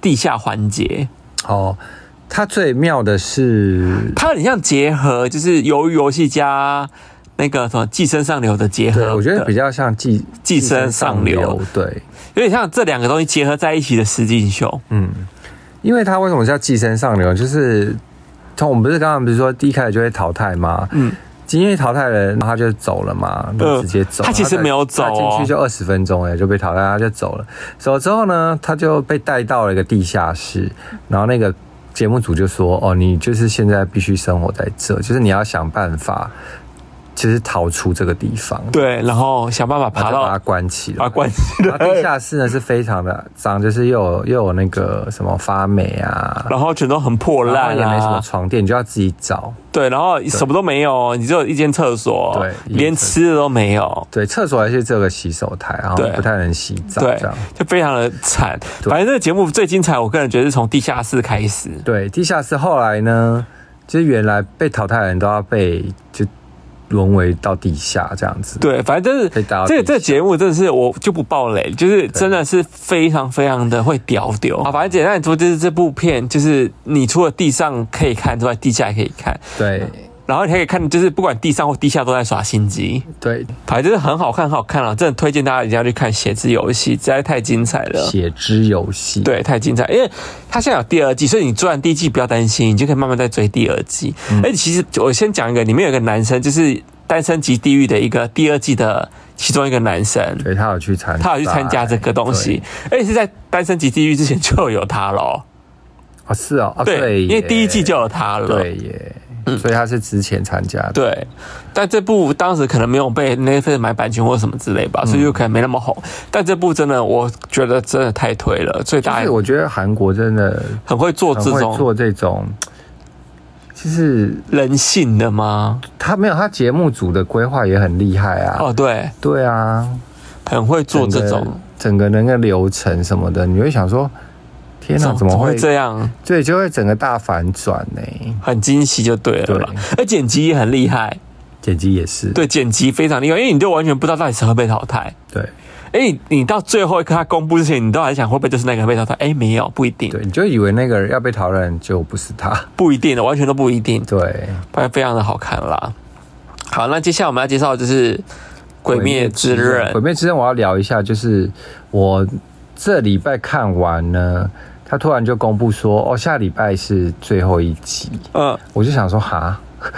[SPEAKER 1] 地下环节，
[SPEAKER 2] 哦，它最妙的是，
[SPEAKER 1] 它很像结合就是鱿鱼游戏加那个什么寄生上流的结合
[SPEAKER 2] 对
[SPEAKER 1] 的，
[SPEAKER 2] 我觉得比较像寄
[SPEAKER 1] 寄生上流，
[SPEAKER 2] 对，
[SPEAKER 1] 有点像这两个东西结合在一起的实境秀。
[SPEAKER 2] 嗯，因为它为什么叫寄生上流？就是从我们不是刚刚不是说一开始就会淘汰吗？嗯，因为淘汰了，然后他就走了嘛，
[SPEAKER 1] 嗯
[SPEAKER 2] 就直接走。
[SPEAKER 1] 他其实
[SPEAKER 2] 才
[SPEAKER 1] 没有走哦
[SPEAKER 2] 他进去就二十分钟哎，就被淘汰，他就走了。走了之后呢，他就被带到了一个地下室，然后那个。节目组就说：“哦，你就是现在必须生活在这，就是你要想办法，就是逃出这个地方。”
[SPEAKER 1] 对，然后想办法
[SPEAKER 2] 然
[SPEAKER 1] 爬
[SPEAKER 2] 后就把
[SPEAKER 1] 到
[SPEAKER 2] 它关起来，
[SPEAKER 1] 把关 起
[SPEAKER 2] 然啊后地下室呢是非常的脏，就是又有又有那个什么发霉啊，
[SPEAKER 1] 然后全都很破
[SPEAKER 2] 然后
[SPEAKER 1] 烂
[SPEAKER 2] 也没什么
[SPEAKER 1] 啊，
[SPEAKER 2] 床垫，你就要自己找。
[SPEAKER 1] 对，然后什么都没有，你只有一间厕所，
[SPEAKER 2] 对一间
[SPEAKER 1] 连
[SPEAKER 2] 厕所
[SPEAKER 1] 吃的都没有，
[SPEAKER 2] 对，厕所还是这个洗手台，然后
[SPEAKER 1] 对
[SPEAKER 2] 不太能洗澡
[SPEAKER 1] 对
[SPEAKER 2] 这样。，
[SPEAKER 1] 就非常的惨。
[SPEAKER 2] 对
[SPEAKER 1] 反正这个节目最精彩，我个人觉得是从地下室开始，
[SPEAKER 2] 对，地下室后来呢，就是原来被淘汰的人都要被就沦为到地下这样子。
[SPEAKER 1] 对，反正就是
[SPEAKER 2] 被打到
[SPEAKER 1] 这个
[SPEAKER 2] 地
[SPEAKER 1] 这个
[SPEAKER 2] 下
[SPEAKER 1] 节目真的是我就不爆雷，就是真的是非常非常的会屌屌啊！反正简单来说，就是这部片就是你除了地上可以看之外，地下也可以看，
[SPEAKER 2] 对
[SPEAKER 1] 然后你还可以看，就是不管地上或地下都在耍心机，
[SPEAKER 2] 对，
[SPEAKER 1] 反正就是很好看，很好看了、真的推荐大家一定要去看《写字游戏》，实在太精彩了。
[SPEAKER 2] 血之游戏。
[SPEAKER 1] 对，太精彩，因为它现在有第二季，所以你做完第一季不要担心，你就可以慢慢再追第二季。而且其实我先讲一个，里面有一个男生，就是《单身即地狱》的一个第二季的其中一个男生，
[SPEAKER 2] 对，他有去参，
[SPEAKER 1] 他有去参加这个东西，而且是在《单身即地狱》之前就有他了。
[SPEAKER 2] 对。哦，是哦，哦
[SPEAKER 1] 对，因为
[SPEAKER 2] 耶
[SPEAKER 1] 第一季就有他了。嗯
[SPEAKER 2] 对耶，所以他是之前参加的。
[SPEAKER 1] 对，但这部当时可能没有被 Netflix 买版权或什么之类吧，
[SPEAKER 2] 嗯
[SPEAKER 1] 所以就可能没那么红。但这部真的，我觉得真的太推了，所以大
[SPEAKER 2] 就是
[SPEAKER 1] 家
[SPEAKER 2] 我觉得韩国真的
[SPEAKER 1] 很会做
[SPEAKER 2] 很
[SPEAKER 1] 这
[SPEAKER 2] 会
[SPEAKER 1] 种
[SPEAKER 2] 做这种，就是
[SPEAKER 1] 人性的吗？
[SPEAKER 2] 他没有他节目组的规划也很厉害啊。
[SPEAKER 1] 哦，对，
[SPEAKER 2] 对啊，
[SPEAKER 1] 很会做这种，
[SPEAKER 2] 整个整个那个流程什么的，你会想说，天哪，怎么会？
[SPEAKER 1] 这样？
[SPEAKER 2] 对，就会整个大反转呢、
[SPEAKER 1] 很惊喜就对了啦
[SPEAKER 2] 对。
[SPEAKER 1] 而剪辑也很厉害，
[SPEAKER 2] 剪辑也是，
[SPEAKER 1] 对，剪辑非常厉害，因为你就完全不知道到底谁会被淘汰。
[SPEAKER 2] 对
[SPEAKER 1] 哎、你到最后一刻他公布之前，你都还想会不会就是那个被淘汰？哎、没有，不一定，
[SPEAKER 2] 对，你就以为那个人要被讨论，就不是他。
[SPEAKER 1] 不一定的，完全都不一定，
[SPEAKER 2] 对，
[SPEAKER 1] 反正非常的好看啦。好，那接下来我们要介绍的就是《鬼灭之刃
[SPEAKER 2] 鬼》，灭之刃，我要聊一下，就是我这礼拜看完呢，他突然就公布说，哦，下礼拜是最后一集，
[SPEAKER 1] 嗯，
[SPEAKER 2] 我就想说，哈，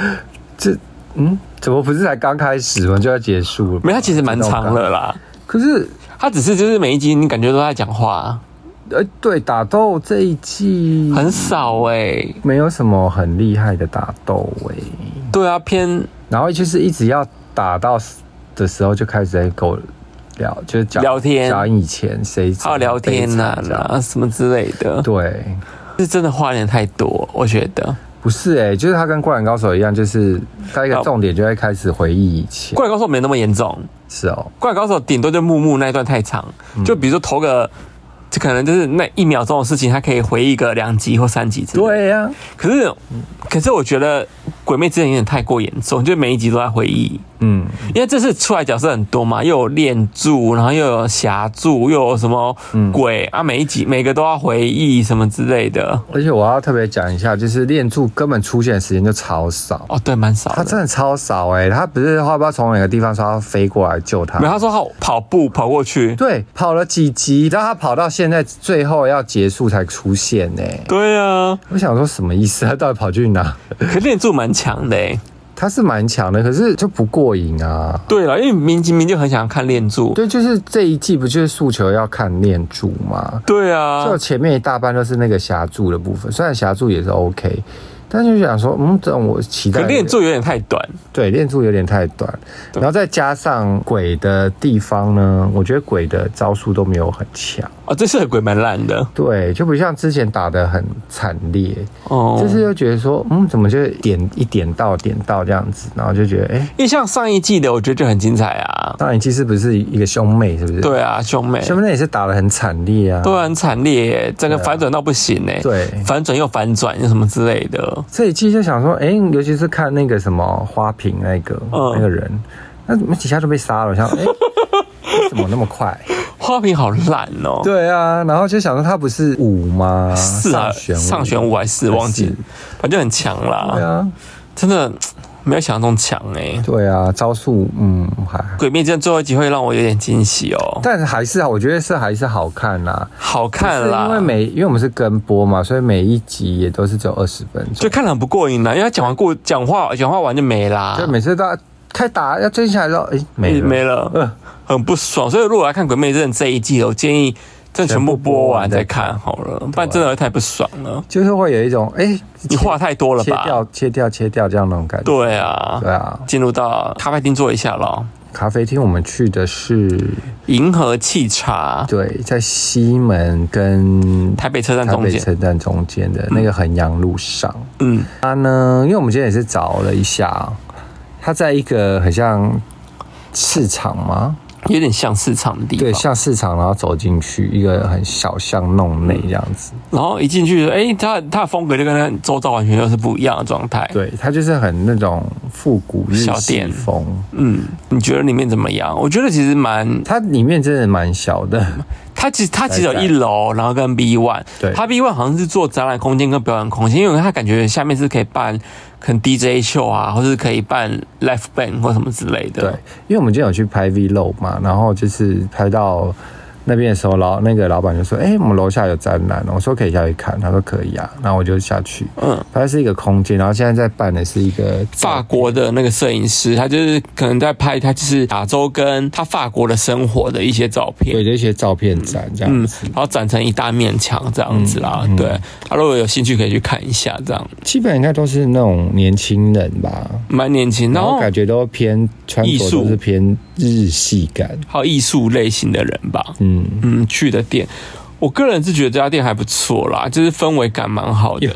[SPEAKER 2] 这嗯，怎么不是才刚开始吗？就要结束了？
[SPEAKER 1] 没，它其实蛮长
[SPEAKER 2] 这种感
[SPEAKER 1] 的啦，
[SPEAKER 2] 觉。可是，
[SPEAKER 1] 它只是就是每一集你感觉都在讲话，
[SPEAKER 2] 呃，对，打斗这一季
[SPEAKER 1] 很少哎、
[SPEAKER 2] 没有什么很厉害的打斗诶、
[SPEAKER 1] 对啊，偏
[SPEAKER 2] 然后就是一直要打到的时候就开始在跟我聊，就是讲
[SPEAKER 1] 聊天
[SPEAKER 2] 讲以前谁
[SPEAKER 1] 还有聊天呐、
[SPEAKER 2] 谁
[SPEAKER 1] 啊，什么之类的，
[SPEAKER 2] 对，
[SPEAKER 1] 是真的话有点太多，我觉得。
[SPEAKER 2] 不是哎、就是他跟《灌篮高手》一样，就是他一个重点就会开始回忆以前。
[SPEAKER 1] 灌篮高手没那么严重，
[SPEAKER 2] 是哦，
[SPEAKER 1] 灌篮高手顶多就木木那一段太长，
[SPEAKER 2] 嗯
[SPEAKER 1] 就比如说投个，就可能就是那一秒钟的事情，他可以回忆个两集或三集之类的。
[SPEAKER 2] 对呀、
[SPEAKER 1] 可是，可是我觉得《鬼灭之刃》有点太过严重，就每一集都在回忆，
[SPEAKER 2] 嗯，
[SPEAKER 1] 因为这次出来角色很多嘛，又有恋柱，然后又有霞柱，又有什么
[SPEAKER 2] 嗯
[SPEAKER 1] 鬼、啊，每一集每个都要回忆什么之类的。
[SPEAKER 2] 而且我要特别讲一下，就是练柱根本出现的时间就超少，
[SPEAKER 1] 哦，对，蛮少
[SPEAKER 2] 他
[SPEAKER 1] 的。
[SPEAKER 2] 真的超少哎、他不是花不知道从哪个地方说要飞过来救他
[SPEAKER 1] 没，有，他说他跑步跑过去。
[SPEAKER 2] 对，跑了几集，然后他跑到现在最后要结束才出现呢、
[SPEAKER 1] 对啊，
[SPEAKER 2] 我想说什么意思？他到底跑去哪？
[SPEAKER 1] 可是恋柱蛮强的欸诶、
[SPEAKER 2] 他是蛮强的，可是就不过瘾啊。
[SPEAKER 1] 对了，因为明明明就很想看恋柱。
[SPEAKER 2] 对，就是这一季不就是诉求要看练柱吗？
[SPEAKER 1] 对啊，
[SPEAKER 2] 就前面一大半都是那个霞柱的部分，虽然霞柱也是 OK，但就想说，嗯，这种我期
[SPEAKER 1] 可
[SPEAKER 2] 待
[SPEAKER 1] 练柱有点太短。
[SPEAKER 2] 对练柱有点太短，然后再加上鬼的地方呢，我觉得鬼的招数都没有很强，
[SPEAKER 1] 哦，这次的鬼蛮烂的
[SPEAKER 2] 对，就不像之前打的很惨烈，
[SPEAKER 1] 哦，
[SPEAKER 2] 就是又觉得说，嗯，怎么就点一点到点到这样子，然后就觉得，哎、
[SPEAKER 1] 因为像上一季的，我觉得就很精彩啊。
[SPEAKER 2] 当然其实不是一个兄妹，是不是？，
[SPEAKER 1] 对啊，兄妹，
[SPEAKER 2] 兄妹也是打的很惨烈啊，
[SPEAKER 1] 都很惨烈耶，整个反转到不行哎，
[SPEAKER 2] 对
[SPEAKER 1] 反转又反转，又什么之类的，
[SPEAKER 2] 这一季就想说，哎、尤其是看那个什么花瓶那个、
[SPEAKER 1] 嗯
[SPEAKER 2] 那个人，那怎么几下就被杀了？我想，哎、 为什么那么快？
[SPEAKER 1] 花瓶好烂哦。
[SPEAKER 2] 对啊，然后就想说他不是五吗？
[SPEAKER 1] 是啊，
[SPEAKER 2] 上旋
[SPEAKER 1] 上旋
[SPEAKER 2] 舞。
[SPEAKER 1] 舞还是
[SPEAKER 2] 还是
[SPEAKER 1] 忘记，反正很强
[SPEAKER 2] 对
[SPEAKER 1] 啦，
[SPEAKER 2] 啊，
[SPEAKER 1] 真的。没有想象中强哎、
[SPEAKER 2] 对啊，招数嗯还，
[SPEAKER 1] 鬼灭》真的最后一集会让我有点惊喜哦，
[SPEAKER 2] 但还是我觉得是还是好看啦。
[SPEAKER 1] 好看啦，
[SPEAKER 2] 是因为每因为我们是跟播嘛，所以每一集也都是只有二十分
[SPEAKER 1] 就
[SPEAKER 2] 钟，
[SPEAKER 1] 看得很不过瘾啦，因为他讲完过讲话讲话完就没啦，
[SPEAKER 2] 就每次都要开打要追下来之后，哎、没了
[SPEAKER 1] 没了，
[SPEAKER 2] 嗯
[SPEAKER 1] 很不爽。所以如果要看《鬼灭》真的这一季，我建议真的全部播完再看好了，不然真的会太不爽了。
[SPEAKER 2] 就是会有一种哎、
[SPEAKER 1] 你话太多了
[SPEAKER 2] 切
[SPEAKER 1] 吧？
[SPEAKER 2] 掉切掉切掉这样那种感觉。
[SPEAKER 1] 对啊，
[SPEAKER 2] 对啊，
[SPEAKER 1] 进入到咖啡厅坐一下咯。
[SPEAKER 2] 咖啡厅我们去的是
[SPEAKER 1] 银河汽茶，
[SPEAKER 2] 对，在西门跟
[SPEAKER 1] 台北车站
[SPEAKER 2] 台
[SPEAKER 1] 中
[SPEAKER 2] 北
[SPEAKER 1] 间。
[SPEAKER 2] 车站中间的那个衡阳路上。
[SPEAKER 1] 嗯，
[SPEAKER 2] 它呢，因为我们今天也是找了一下，它在一个很像市场嘛，
[SPEAKER 1] 有点像市场的地
[SPEAKER 2] 对，
[SPEAKER 1] 方。
[SPEAKER 2] 像市场，然后走进去一个很小巷弄内这样子。
[SPEAKER 1] 然后一进去，哎，它它的风格就跟它周遭完全又是不一样的状态。
[SPEAKER 2] 对，它就是很那种复古日
[SPEAKER 1] 小
[SPEAKER 2] 系
[SPEAKER 1] 店
[SPEAKER 2] 风，
[SPEAKER 1] 嗯，你觉得里面怎么样？我觉得其实蛮，
[SPEAKER 2] 它里面真的蛮小的。
[SPEAKER 1] 它其实它其实有
[SPEAKER 2] 来
[SPEAKER 1] 一楼，然后跟 B one，
[SPEAKER 2] 对
[SPEAKER 1] 它 B one 好像是做展览空间跟表演空间，因为它感觉下面是可以办可能 DJ 秀啊，或是可以办 l i f e band 或什么之类
[SPEAKER 2] 对
[SPEAKER 1] 的。，
[SPEAKER 2] 因为我们今天有去拍 vlog 嘛，然后就是拍到那边的时候，老那个老板就说：“哎、我们楼下有展览哦。”我说：“可以下去看。”他说：“可以啊。”然后我就下去。
[SPEAKER 1] 嗯，
[SPEAKER 2] 它是一个空间，然后现在在办的是一个
[SPEAKER 1] 法国的那个摄影师，他就是可能在拍他就是亚洲跟他法国的生活的一些照片。
[SPEAKER 2] 有的一些照片展这样
[SPEAKER 1] 嗯
[SPEAKER 2] 子。，
[SPEAKER 1] 然后展成一大面墙这样子
[SPEAKER 2] 嗯
[SPEAKER 1] 啦，对。他、如果有兴趣可以去看一下，这样
[SPEAKER 2] 基本应该都是那种年轻人吧，
[SPEAKER 1] 蛮年轻，然
[SPEAKER 2] 然后
[SPEAKER 1] 后
[SPEAKER 2] 感觉都偏穿
[SPEAKER 1] 艺
[SPEAKER 2] 着
[SPEAKER 1] 术
[SPEAKER 2] 都是偏日系感。
[SPEAKER 1] 还有艺术类型的人吧，
[SPEAKER 2] 嗯，
[SPEAKER 1] 嗯，去的店，我个人是觉得这家店还不错啦，就是氛围感蛮好的。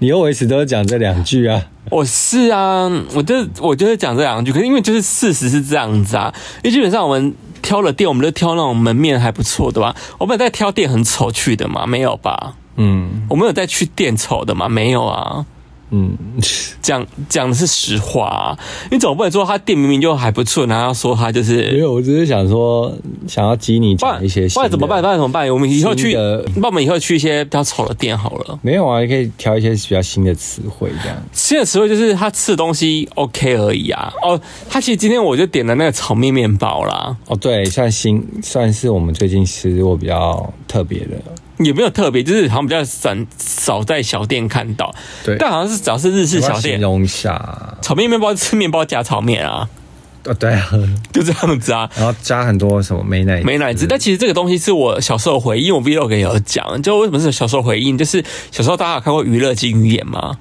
[SPEAKER 2] 你又维持都讲这两句啊，
[SPEAKER 1] 我是啊，我就我就是讲这两句，可是因为就是事实是这样子啊，因为基本上我们挑了店，我们就挑那种门面还不错的吧。我们有在挑店很丑去的嘛，没有吧？
[SPEAKER 2] 嗯
[SPEAKER 1] 我们有在去店丑的嘛，没有啊。
[SPEAKER 2] 嗯，
[SPEAKER 1] 讲讲的是实话、啊，你总不能说他店明明就还不错，然后要说他就是
[SPEAKER 2] 没有，我只是想说，想要激你
[SPEAKER 1] 不然
[SPEAKER 2] 讲一些
[SPEAKER 1] 不然怎么办？不然怎么办？我们以后去，
[SPEAKER 2] 新的
[SPEAKER 1] 那我们以后去一些比较丑的店好了。
[SPEAKER 2] 没有啊，你可以挑一些比较新的词汇这样。
[SPEAKER 1] 新的词汇就是他吃的东西 OK 而已啊。哦，他其实今天我就点了那个炒面面包啦，
[SPEAKER 2] 哦，对，算新，算是我们最近吃过比较特别的。
[SPEAKER 1] 也没有特别，就是好像比较少少在小店看到。
[SPEAKER 2] 对
[SPEAKER 1] 但好像是只要是日式
[SPEAKER 2] 要不要
[SPEAKER 1] 小
[SPEAKER 2] 形
[SPEAKER 1] 店，
[SPEAKER 2] 容一下。
[SPEAKER 1] 炒面面包吃面包加炒面啊，
[SPEAKER 2] 哦，对啊，
[SPEAKER 1] 就这样子啊。
[SPEAKER 2] 然后加很多什么美奶
[SPEAKER 1] 没奶汁，但其实这个东西是我小时候回忆，我 vlog 也有讲，就为什么是小时候回忆，就是小时候大家有看过娱乐金鱼眼吗？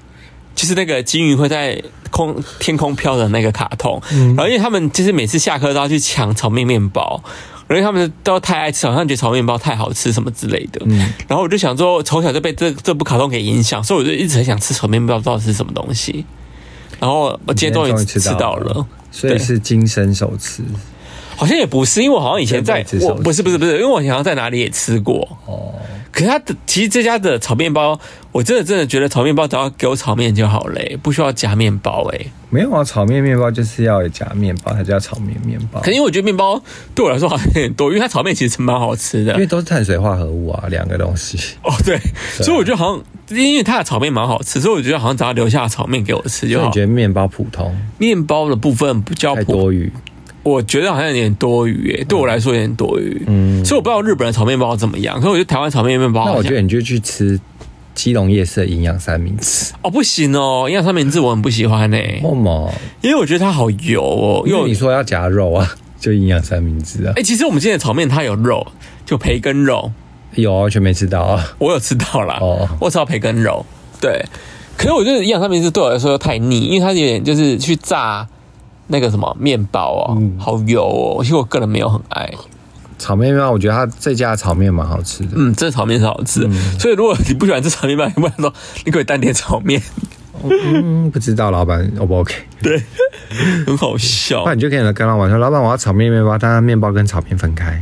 [SPEAKER 1] 就是那个金鱼会在空天空飘的那个卡通，然后因为他们就是每次下课都要去抢炒面面包。因为他们都太爱吃，好像觉得炒面包太好吃什么之类的。然后我就想说，从小就被这这部卡通给影响，所以我就一直很想吃炒面包，到底是什么东西。然后我今天终于吃到了，
[SPEAKER 2] 所以是今生首次。
[SPEAKER 1] 好像也不是，因为我好像以前在
[SPEAKER 2] 这辈子，
[SPEAKER 1] 我
[SPEAKER 2] 少吃
[SPEAKER 1] 不是不是不是，因为我好像在哪里也吃过。
[SPEAKER 2] 哦，
[SPEAKER 1] 可是它的其实这家的炒面包，我真的真的觉得炒面包只要给我炒面就好嘞、不需要夹面包哎、
[SPEAKER 2] 没有啊，炒面面包就是要有加面包，它叫炒面面包
[SPEAKER 1] 可。能因为我觉得面包对我来说好像有点多，因为它炒面其实蛮好吃的
[SPEAKER 2] 因。为啊都是碳水化合物啊，两个东 西。
[SPEAKER 1] 哦，对，所以我觉得好像因为它的炒面蛮好吃，所以我觉得好像只要留下炒面给我吃就
[SPEAKER 2] 所
[SPEAKER 1] 好
[SPEAKER 2] 以你。觉得面包普通
[SPEAKER 1] 面包的部分比较
[SPEAKER 2] 太
[SPEAKER 1] 普，
[SPEAKER 2] 多余？
[SPEAKER 1] 我觉得好像有点多余哎、对我来说有点多余。嗯，所以我不知道日本的炒面包怎么样，可是我觉得台湾炒面面包
[SPEAKER 2] 那
[SPEAKER 1] 好
[SPEAKER 2] 我
[SPEAKER 1] 像
[SPEAKER 2] 觉得你就去吃基隆夜市的营养三明治。哦
[SPEAKER 1] 哦不行哦，因为三明治我很不喜欢呢、
[SPEAKER 2] 默默，
[SPEAKER 1] 因为我觉得它好油哦，
[SPEAKER 2] 因
[SPEAKER 1] 又
[SPEAKER 2] 为你说要夹肉啊， 就营养三明治啊
[SPEAKER 1] 哎、。其实我们今天的炒面它有肉，就培根肉，
[SPEAKER 2] 有啊，全没吃到啊。
[SPEAKER 1] 我有吃到啦。
[SPEAKER 2] 哦
[SPEAKER 1] 我吃到培根肉，对。可是我觉得营养三明治对我来说又太腻，因为它有点就是去炸那个什么面包哦，
[SPEAKER 2] 嗯
[SPEAKER 1] 好油哦。其实我个人没有很爱。
[SPEAKER 2] 炒面面包，我觉得它这家的炒面蛮好吃的。
[SPEAKER 1] 嗯，这炒面是好吃，
[SPEAKER 2] 嗯
[SPEAKER 1] 所以如果你不喜欢吃炒面吧，你不能说你可以单点炒 面，
[SPEAKER 2] 嗯，不知道老板 O 不 OK？
[SPEAKER 1] 很好笑
[SPEAKER 2] 那。你就可以跟老板说，老板我要炒面面包，但面包跟炒面分 开。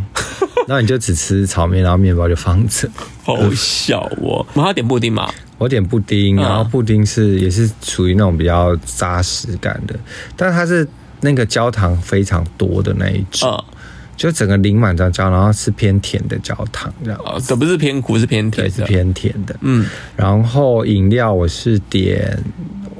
[SPEAKER 2] 然后你就只吃炒面，然后面包就放着。
[SPEAKER 1] 好笑哦！我们还要点布丁嘛？
[SPEAKER 2] 我点布
[SPEAKER 1] 嗯
[SPEAKER 2] 丁，然后布丁是也是属于那种比较扎实感的，但它是那个焦糖非常多的那一种，
[SPEAKER 1] 嗯，
[SPEAKER 2] 就整个淋满张焦，然后是偏甜的焦糖这样，
[SPEAKER 1] 哦，这不是偏苦，是偏甜
[SPEAKER 2] 对，
[SPEAKER 1] 的。
[SPEAKER 2] 是偏甜的。
[SPEAKER 1] 嗯，
[SPEAKER 2] 然后饮料我是点，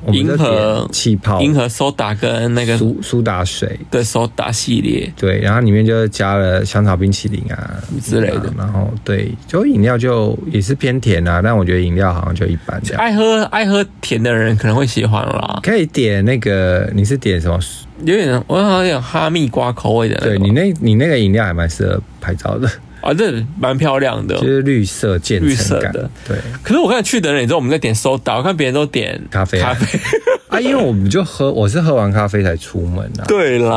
[SPEAKER 2] 我们就
[SPEAKER 1] 银河
[SPEAKER 2] 点气泡
[SPEAKER 1] 银河苏打跟那个
[SPEAKER 2] 苏苏打水，
[SPEAKER 1] 对苏打系列，
[SPEAKER 2] 对，然后里面就加了香草冰淇淋啊
[SPEAKER 1] 之类的
[SPEAKER 2] 然后对，就饮料就也是偏甜啊，但我觉得饮料好像就一般这样。
[SPEAKER 1] 爱喝爱喝甜的人可能会喜欢啦，
[SPEAKER 2] 可以点那个，你是点什么？
[SPEAKER 1] 有点我好像有哈密瓜口味的那
[SPEAKER 2] 对
[SPEAKER 1] 种
[SPEAKER 2] 你那，你那个饮料还蛮适合拍照的，
[SPEAKER 1] 啊，这蛮漂亮的
[SPEAKER 2] 就。是绿色渐
[SPEAKER 1] 绿
[SPEAKER 2] 层
[SPEAKER 1] 色
[SPEAKER 2] 感
[SPEAKER 1] 的。
[SPEAKER 2] 对
[SPEAKER 1] 可是我刚才去的人，你知道我们在点 soda，我看别人都点
[SPEAKER 2] 咖啡
[SPEAKER 1] 咖
[SPEAKER 2] 啊
[SPEAKER 1] 啡，
[SPEAKER 2] 啊，因为我们就喝，我是喝完咖啡才出门啊。
[SPEAKER 1] 对
[SPEAKER 2] 我就不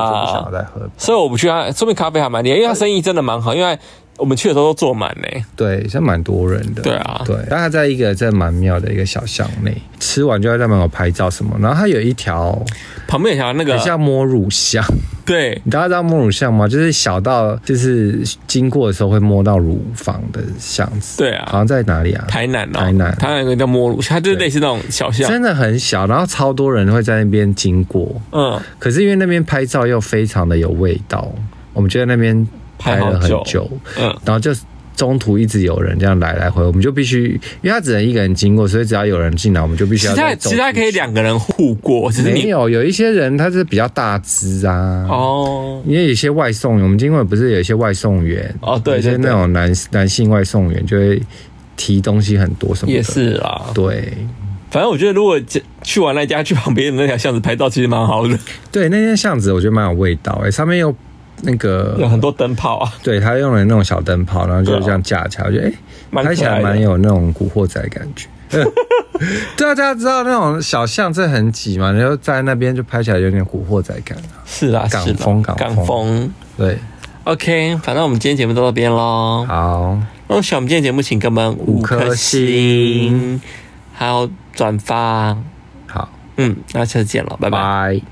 [SPEAKER 1] 啦
[SPEAKER 2] 想要，再喝。
[SPEAKER 1] 所以我不去他，说明咖啡还蛮厉害，因为他生意真的蛮好，因为我们去的时候都坐满呢、
[SPEAKER 2] 对，是蛮多人的。
[SPEAKER 1] 对啊
[SPEAKER 2] 对，但它在一个这蛮妙的一个小巷内，吃完就要在门口拍照什么。然后它有一条
[SPEAKER 1] 旁边有条那
[SPEAKER 2] 很
[SPEAKER 1] 个
[SPEAKER 2] 像摸乳巷，
[SPEAKER 1] 对
[SPEAKER 2] 你大家知道摸乳巷吗？就是小到就是经过的时候会摸到乳房的巷子。
[SPEAKER 1] 对啊
[SPEAKER 2] 好像在哪里啊？
[SPEAKER 1] 台南哦、
[SPEAKER 2] 台南
[SPEAKER 1] 台南有个叫摸乳，它就是类似那种小巷，
[SPEAKER 2] 真的很小，然后超多人会在那边经过。
[SPEAKER 1] 嗯，
[SPEAKER 2] 可是因为那边拍照又非常的有味道，我们就在那边拍了很
[SPEAKER 1] 拍好
[SPEAKER 2] 久
[SPEAKER 1] 久，嗯
[SPEAKER 2] 然后就中途一直有人这样来来回，我们就必须，因为他只能一个人经过，所以只要有人进来，我们就必须
[SPEAKER 1] 其
[SPEAKER 2] 要
[SPEAKER 1] 他
[SPEAKER 2] 再走
[SPEAKER 1] 其他
[SPEAKER 2] 出去
[SPEAKER 1] 可以。两个人互过，只是
[SPEAKER 2] 没
[SPEAKER 1] 你
[SPEAKER 2] 有，有一些人他是比较大只啊，
[SPEAKER 1] 哦，
[SPEAKER 2] 因为有些外送员，我们经过不是有一些外送员
[SPEAKER 1] 哦对
[SPEAKER 2] 有
[SPEAKER 1] 对
[SPEAKER 2] 些那
[SPEAKER 1] 对
[SPEAKER 2] 种男男性外送员就会提东西很多什么的，
[SPEAKER 1] 也是啦。
[SPEAKER 2] 对。
[SPEAKER 1] 反正我觉得如果去完那家，去旁边的那条巷子拍照，其实蛮好的，
[SPEAKER 2] 对，那间巷子我觉得蛮有味道诶、欸上面有那个
[SPEAKER 1] 有很多灯泡啊，
[SPEAKER 2] 对他用了那种小灯泡，然后就这样架起来，我觉得哎，
[SPEAKER 1] 蛮
[SPEAKER 2] 拍起来
[SPEAKER 1] 可爱的
[SPEAKER 2] 蛮有那种古惑仔的感觉。 对啊，大家知道那种小巷这很挤嘛，然后在那边就拍起来有点古惑仔感啊。
[SPEAKER 1] 是啦，
[SPEAKER 2] 港
[SPEAKER 1] 是啦
[SPEAKER 2] 风港
[SPEAKER 1] 港
[SPEAKER 2] 风
[SPEAKER 1] 风。
[SPEAKER 2] 对，
[SPEAKER 1] OK，反正我们今天节目到这边喽。
[SPEAKER 2] 好，
[SPEAKER 1] 那我喜欢我们今天节目，请给我们
[SPEAKER 2] 五颗星
[SPEAKER 1] 星，还有转发。
[SPEAKER 2] 好，
[SPEAKER 1] 嗯，那下次见了，拜拜。
[SPEAKER 2] 拜。